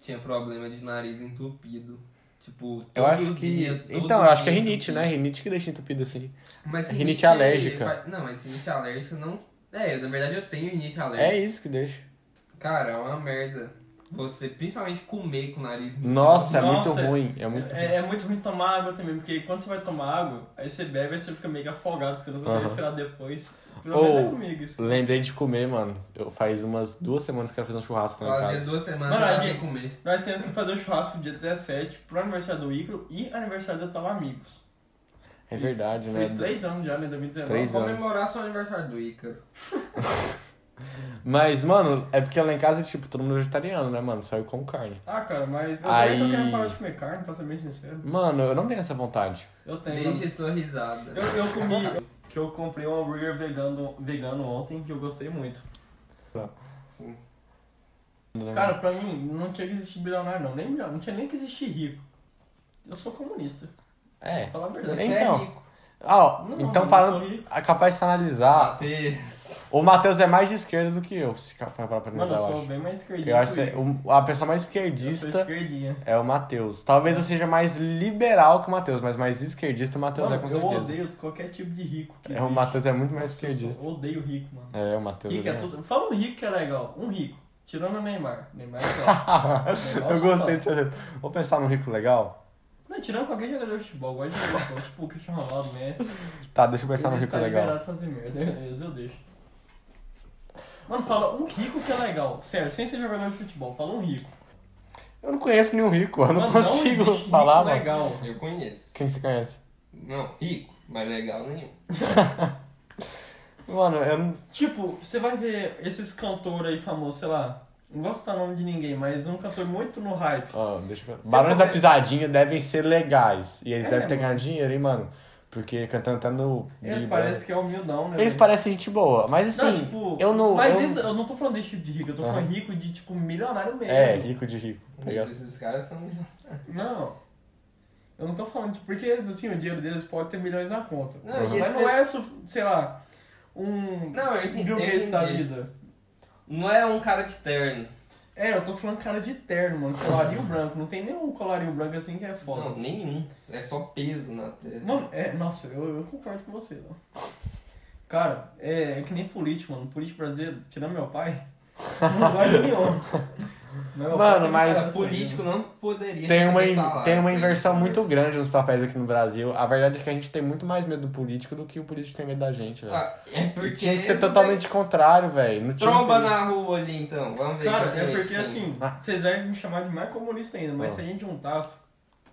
S3: tinha problema de nariz entupido. Tipo, todo
S1: Eu acho que.
S3: dia, todo
S1: então, eu acho que é
S3: dia
S1: rinite, né?
S3: entupido.
S1: Rinite que deixa entupido assim.
S3: Mas
S1: Rinite alérgica.
S3: vai- Não, mas rinite alérgica não. É, na verdade eu tenho rinite
S1: É
S3: alérgica.
S1: isso que deixa.
S3: Cara, é uma merda. Você principalmente comer com o nariz.
S1: Nossa, é
S2: Nossa,
S1: muito ruim. É muito ruim.
S2: É, é muito ruim tomar água também, porque quando você vai tomar água, aí você bebe e você fica meio que afogado, você não consegue
S1: Aham.
S2: respirar depois. Pelo
S1: Ou-
S2: menos é comigo isso.
S1: Lembrei de comer, mano. Eu faz umas duas semanas que eu quero fazer um churrasco na minha
S3: Fazia
S1: casa.
S3: duas semanas
S2: Mano,
S3: pra
S2: aqui-
S3: você comer.
S2: Nós temos que fazer o churrasco dia 17 pro aniversário do Ícaro e aniversário do Tal Amigos.
S1: É verdade, né?
S2: Fez três anos já, né? 2019.
S1: Três anos.
S3: Comemorar seu aniversário do Ícaro.
S1: Mas, mano, é porque lá em casa, tipo, todo mundo é vegetariano, né, mano? Só eu como carne.
S2: Ah, cara, mas eu
S1: Aí-
S2: também tô querendo parar de comer carne, pra ser bem sincero.
S1: Mano, eu não tenho essa vontade.
S2: Eu tenho. mano.
S3: Deixe sua risada.
S2: Eu, eu comi, que eu comprei um hambúrguer vegano, vegano ontem, que eu gostei muito.
S3: Sim.
S1: É.
S2: Cara, pra mim, não tinha que existir bilionário, não. Nem bilionário, não tinha nem que existir rico. Eu sou comunista,
S1: é.
S2: pra falar a
S3: Você
S2: verdade.
S1: Então.
S3: é rico.
S1: Ah, ó,
S2: Não,
S1: então
S2: mano,
S1: parando.
S2: eu sou rico.
S1: É capaz de
S3: Ah.
S1: analisar.
S3: Matheus.
S1: O Matheus é mais de esquerda do que eu, se capaz pra
S2: Mano,
S1: analisar,
S2: eu
S1: eu
S2: sou
S1: acho.
S2: bem mais esquerdinha.
S1: Eu acho que
S2: que
S1: é- o- a pessoa mais
S2: eu sou
S1: esquerdista
S2: esquerdinha.
S1: é o Matheus. Talvez eu seja mais liberal que o Matheus, mas mais esquerdista o Matheus é
S2: Mano,
S1: com
S2: eu
S1: certeza.
S2: odeio qualquer tipo de rico. Que
S1: É, o
S2: existe.
S1: Matheus é muito mais
S2: Nossa, eu
S1: esquerdista.
S2: sou- odeio rico, mano.
S1: É, o Matheus.
S2: Rico
S1: é
S2: é
S1: mesmo.
S2: tudo. Fala um rico que é legal. Um rico. Tirando o Neymar. Neymar é legal. Neymar é
S1: eu
S2: só-
S1: gostei de ser. Vou pensar num rico legal?
S2: Não, tirando qualquer jogador de futebol. Gosto de jogar futebol. Tipo o Cristiano Ronaldo, Messi.
S1: Tá, deixa eu pensar num
S2: Ele
S1: rico
S2: está
S1: legal.
S2: liberado pra fazer merda. Esse eu deixo. Mano, fala um rico que é legal. Sério, sem ser jogador de futebol. Fala um rico.
S1: Eu não conheço nenhum rico, eu não
S2: Mano,
S1: consigo
S2: existe rico
S1: falar, mano.
S2: legal.
S3: Eu conheço.
S1: Quem você conhece?
S3: Não, rico, mas legal nenhum.
S1: Mano, eu não.
S2: Tipo, você vai ver esses cantores aí famosos, sei lá. Não gosto de citar nome de ninguém, mas um cantor muito no hype.
S1: Ó, deixa eu...
S2: Você
S1: Barões da
S2: come-
S1: Pisadinha devem ser legais. E eles
S2: É,
S1: devem ter
S2: mano.
S1: ganhado dinheiro, hein, mano? Porque cantando tá no.
S2: Eles
S1: Big
S2: parecem que é humildão, né?
S1: Eles
S2: velho?
S1: parecem gente boa, mas assim,
S2: Não, tipo,
S1: eu não.
S2: Mas
S1: eu-
S2: isso- eu não tô falando desse tipo de rico, eu tô
S1: Aham.
S2: falando rico de, tipo, milionário mesmo.
S1: É, rico de rico. tá
S3: Mas
S1: ligado?
S3: Esses caras são.
S2: Não. Eu não tô falando, tipo, porque eles, assim, o dinheiro deles pode ter milhões na conta.
S3: Não,
S1: Uhum.
S3: e
S2: Mas
S3: esse
S2: não é, su- sei lá, um
S3: Não, eu entendi.
S2: Bill
S3: eu
S2: Gates da
S3: entendi.
S2: vida.
S3: Não é um cara de terno.
S2: É, eu tô falando cara de terno, mano. Colarinho branco. Não tem nenhum colarinho branco assim que é foda.
S3: Não, nenhum. É só peso na terra.
S2: Mano, é, nossa, eu, eu concordo com você, não. Cara, é, é que nem político, mano. Político brasileiro, tirando meu pai, não vai nenhum. Não, meu pai
S1: Mano,
S2: tem assim.
S1: mas
S2: essa- essa-
S3: político não poderia
S1: assim, né? Tem uma,
S3: receber salário.
S1: tem uma inversão muito grande nos papéis aqui no Brasil. A verdade é que a gente tem muito mais medo do político do que o político tem medo da gente, velho.
S3: Ah, é porque
S1: né? E tinha que ser
S3: eles não
S1: totalmente contrário, velho. Não
S3: têm-
S1: tinha
S3: Tromba
S1: que ter
S3: na
S1: isso.
S3: rua ali então. Vamos ver.
S2: Cara,
S3: quem
S2: é
S3: tem
S2: porque
S3: isso.
S2: assim,
S1: Ah.
S2: vocês devem me chamar de mais comunista ainda, mas
S1: Ah.
S2: se a gente juntasse.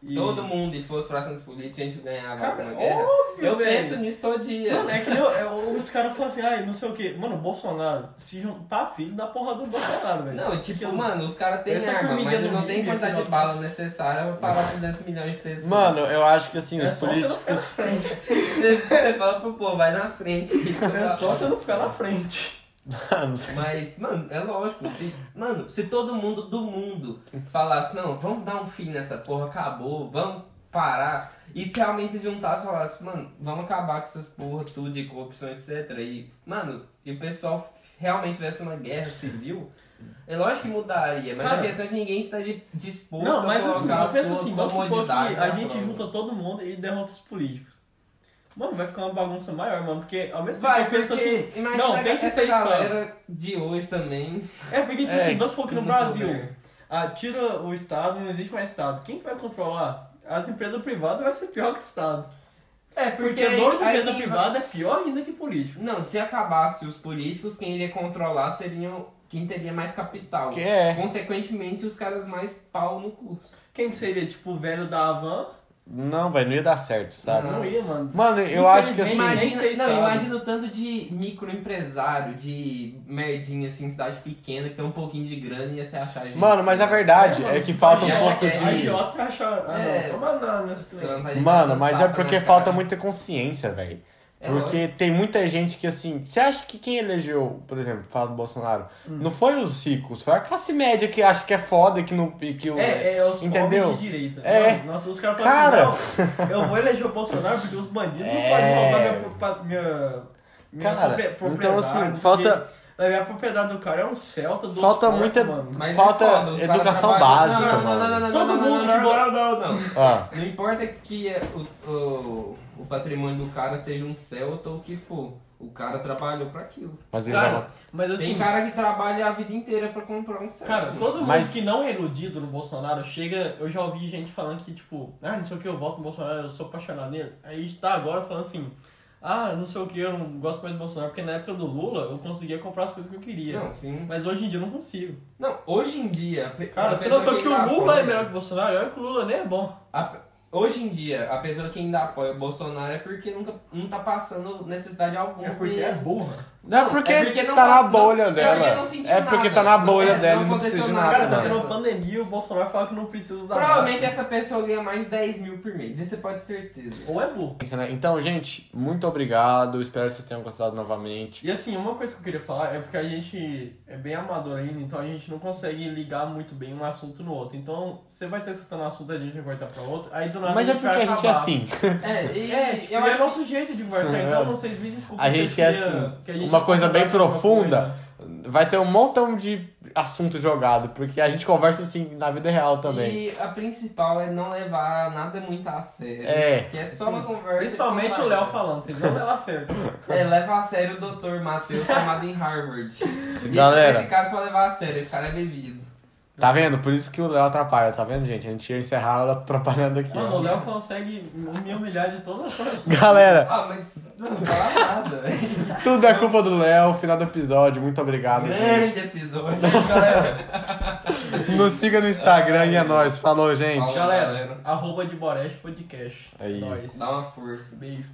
S2: E...
S3: Todo mundo e fosse pra ação políticos, a gente ganhava
S2: Cara,
S3: alguma guerra.
S2: óbvio,
S3: Eu
S2: velho.
S3: penso nisso todo dia.
S2: Mano, é que nem- é, os caras falam assim, ai, não sei o quê. Mano, o Bolsonaro, se juntar filho da porra do Bolsonaro, velho.
S3: Não, tipo,
S2: Porque-
S3: mano, os caras têm
S2: Essa
S3: arma,
S2: formiga
S3: mas eles
S2: do
S3: não têm
S2: Hitler
S3: quantidade
S2: que
S3: de
S2: dá-
S3: bala necessária pra parar 200 milhões de pessoas.
S1: Mano, eu acho que assim,
S2: É
S1: os
S2: só você não ficar na
S1: políticos.
S2: frente.
S3: Você, você fala pro povo, vai na frente.
S2: É só você não ficar na frente.
S1: Mano,
S3: Mas, mano, é lógico. Se, mano, se todo mundo do mundo falasse, não, vamos dar um fim nessa porra, acabou, vamos parar. E se realmente se juntasse e falasse, mano, vamos acabar com essas porra tudo de corrupção, etc. E, mano, e o pessoal realmente tivesse uma guerra civil, é lógico que mudaria, mas
S2: Cara,
S3: a questão é que ninguém está de- disposto
S2: Não, mas
S3: a
S2: assim,
S3: colocar
S2: eu
S3: a
S2: penso
S3: sua
S2: assim, vamos supor que
S3: comodidade
S2: a
S3: na
S2: gente
S3: prova.
S2: junta todo mundo e derrota os políticos. Mano, vai ficar uma bagunça maior, mano, porque ao mesmo tempo
S3: Vai,
S2: eu penso
S3: pensa
S2: assim.
S3: assim, imagina
S2: não, tem que
S3: essa
S2: ser isso, cara.
S3: galera de hoje também.
S2: É, porque tipo
S1: É,
S2: assim, vamos supor que no
S3: muito
S2: Brasil,
S3: bem.
S2: ah, tira o Estado, não existe mais Estado. Quem que vai controlar? As empresas privadas vai ser pior que o Estado.
S3: É,
S2: Porque, dono de
S3: aí
S2: empresa
S3: quem vai-
S2: privada é pior ainda que político.
S3: Não, se acabasse os políticos, quem iria controlar seriam quem teria mais capital.
S1: que é.
S3: Consequentemente, os caras mais pau no curso.
S2: Quem que seria, tipo, o velho da Havan?
S1: Não, velho, não ia dar certo,
S3: Ah.
S1: sabe?
S2: Não ia, mano.
S1: Mano, eu acho que assim.
S2: Infelizmente, mas- nem
S3: Imagina,
S2: fez
S3: não,
S2: nada.
S3: imagina o tanto de microempresário, de merdinha assim, cidade pequena, que tem um pouquinho de grana e ia se achar gente.
S1: Mano, mas a verdade é que falta um
S3: Acha
S1: pouco
S3: que é
S1: de.
S2: Idiota achar. Ah,
S3: É.
S2: não, toma não, nesse
S3: Você
S2: trem.
S3: não tá de
S1: Mano,
S3: dando
S1: mas é
S3: tapa na
S1: porque
S3: cara.
S1: falta muita consciência, velho.
S3: É
S1: Porque tem muita gente que, assim, você acha que quem elegeu, por exemplo, fala do Bolsonaro, não foi os ricos, foi a classe média que acha que é foda e que não. E que o-
S2: É, é os
S1: Entendeu?
S2: pobres de direita.
S1: É.
S2: Não, nossa, os caras
S1: Cara.
S2: falam assim, não, eu vou eleger o Bolsonaro porque os bandidos não podem
S1: É.
S2: roubar minha, propa- minha, minha
S1: Cara,
S2: prope-
S1: então,
S2: propriedade.
S1: assim,
S2: porque
S1: falta-
S2: A minha propriedade do cara é um Celta do
S1: Falta
S2: outro
S1: muita-
S2: mano.
S3: Mas
S1: falta
S3: é foda, o cara
S1: educação
S3: trabalha-
S1: básica,
S3: não, não, não,
S1: mano.
S3: não, não, não,
S2: Todo
S3: não, não,
S2: mundo
S3: não,
S2: que
S3: não, não, não, não.
S1: Ah,
S3: Não importa que é o, o, o patrimônio do cara seja um celta ou o que for. O cara trabalhou pra aquilo.
S1: mas ele
S2: Cara,
S1: tava-
S2: mas
S3: Tem
S2: assim, cara,
S3: cara que trabalha a vida inteira pra comprar um celta.
S2: todo mundo
S1: Mas-
S2: que não é iludido no Bolsonaro chega. Eu já ouvi gente falando que, tipo, ah, não sei o que, eu voto no Bolsonaro, eu sou apaixonado nele. Aí tá agora falando assim. Ah, não sei o que, eu não gosto mais do Bolsonaro, porque na época do Lula eu conseguia comprar as coisas que eu queria.
S3: Não, sim.
S2: Mas hoje em dia eu não consigo.
S3: Não, hoje em dia. a pe-
S2: Cara,
S3: a
S2: você
S3: pessoa
S2: noção que o
S3: ainda
S2: Lula é
S3: apoia-
S2: melhor que o Bolsonaro? Olha que o Lula nem é bom.
S3: a pe- hoje em dia, a pessoa que ainda apoia o Bolsonaro é porque nunca, não tá passando necessidade alguma.
S2: É burra.
S1: Não, é
S3: Não,
S1: porque,
S3: é porque não
S1: tá na
S3: passa-
S1: bolha
S3: não- é
S1: dela.
S3: porque não sentiu
S1: É porque
S3: nada.
S1: tá na bolha
S3: Não,
S1: dela
S3: não
S1: e não precisa de
S3: aconteceu
S1: nada.
S2: Cara, tá
S1: mano.
S2: tendo uma pandemia e o Bolsonaro fala que não precisa usar
S3: Provavelmente
S2: máscara.
S3: essa pessoa ganha mais de 10 mil por mês. Isso você pode ter certeza.
S2: Ou é burro.
S1: né? Então, gente, muito obrigado. Espero que vocês tenham gostado novamente.
S2: E assim, uma coisa que eu queria falar é porque a gente é bem amador ainda, então a gente não consegue ligar muito bem um assunto no outro. Então, você vai estar escutando um assunto, a gente vai cortar pra outro, aí do nada
S1: Mas
S2: a
S1: é
S2: gente
S1: porque
S2: vai
S1: a gente é
S2: acabar.
S1: assim.
S3: É, e
S2: É, tipo,
S3: eu
S2: é
S3: acho
S2: nosso jeito de conversar,
S1: É.
S2: então vocês me desculpem.
S1: A
S2: se eu
S1: gente é
S2: queria
S1: assim,
S2: que a gente
S1: uma coisa bem
S2: conversasse alguma
S1: profunda.
S2: coisa.
S1: Vai ter um montão de assunto jogado, porque a gente conversa assim na vida real também.
S3: E a principal é não levar nada muito a sério.
S1: É.
S3: Que é só uma conversa.
S2: Principalmente
S3: e
S2: o
S3: só
S2: Léo
S3: vai.
S2: falando, vocês vão levar a sério.
S3: É, leva a sério o doutor Matheus, formado em Harvard. Esse-
S1: Galera.
S3: Esse, cara só leva a sério, esse cara é bebido.
S1: Tá vendo? Por isso que o Léo atrapalha, tá vendo, gente? A gente ia encerrar ela atrapalhando aqui.
S2: Mano, o
S1: ó.
S2: Léo consegue me humilhar de todas as formas.
S1: Galera,
S3: Ah, mas não fala nada, velho.
S1: tudo é culpa do Léo. Final do episódio, muito obrigado, gente.
S3: Grande episódio.
S1: Nos siga no Instagram e é nóis. Falou, gente.
S3: Falou.
S2: Galera,
S3: galera.
S2: arroba de Boreste Podcast.
S1: Aí.
S2: É nóis.
S3: Dá uma força.
S2: Beijo.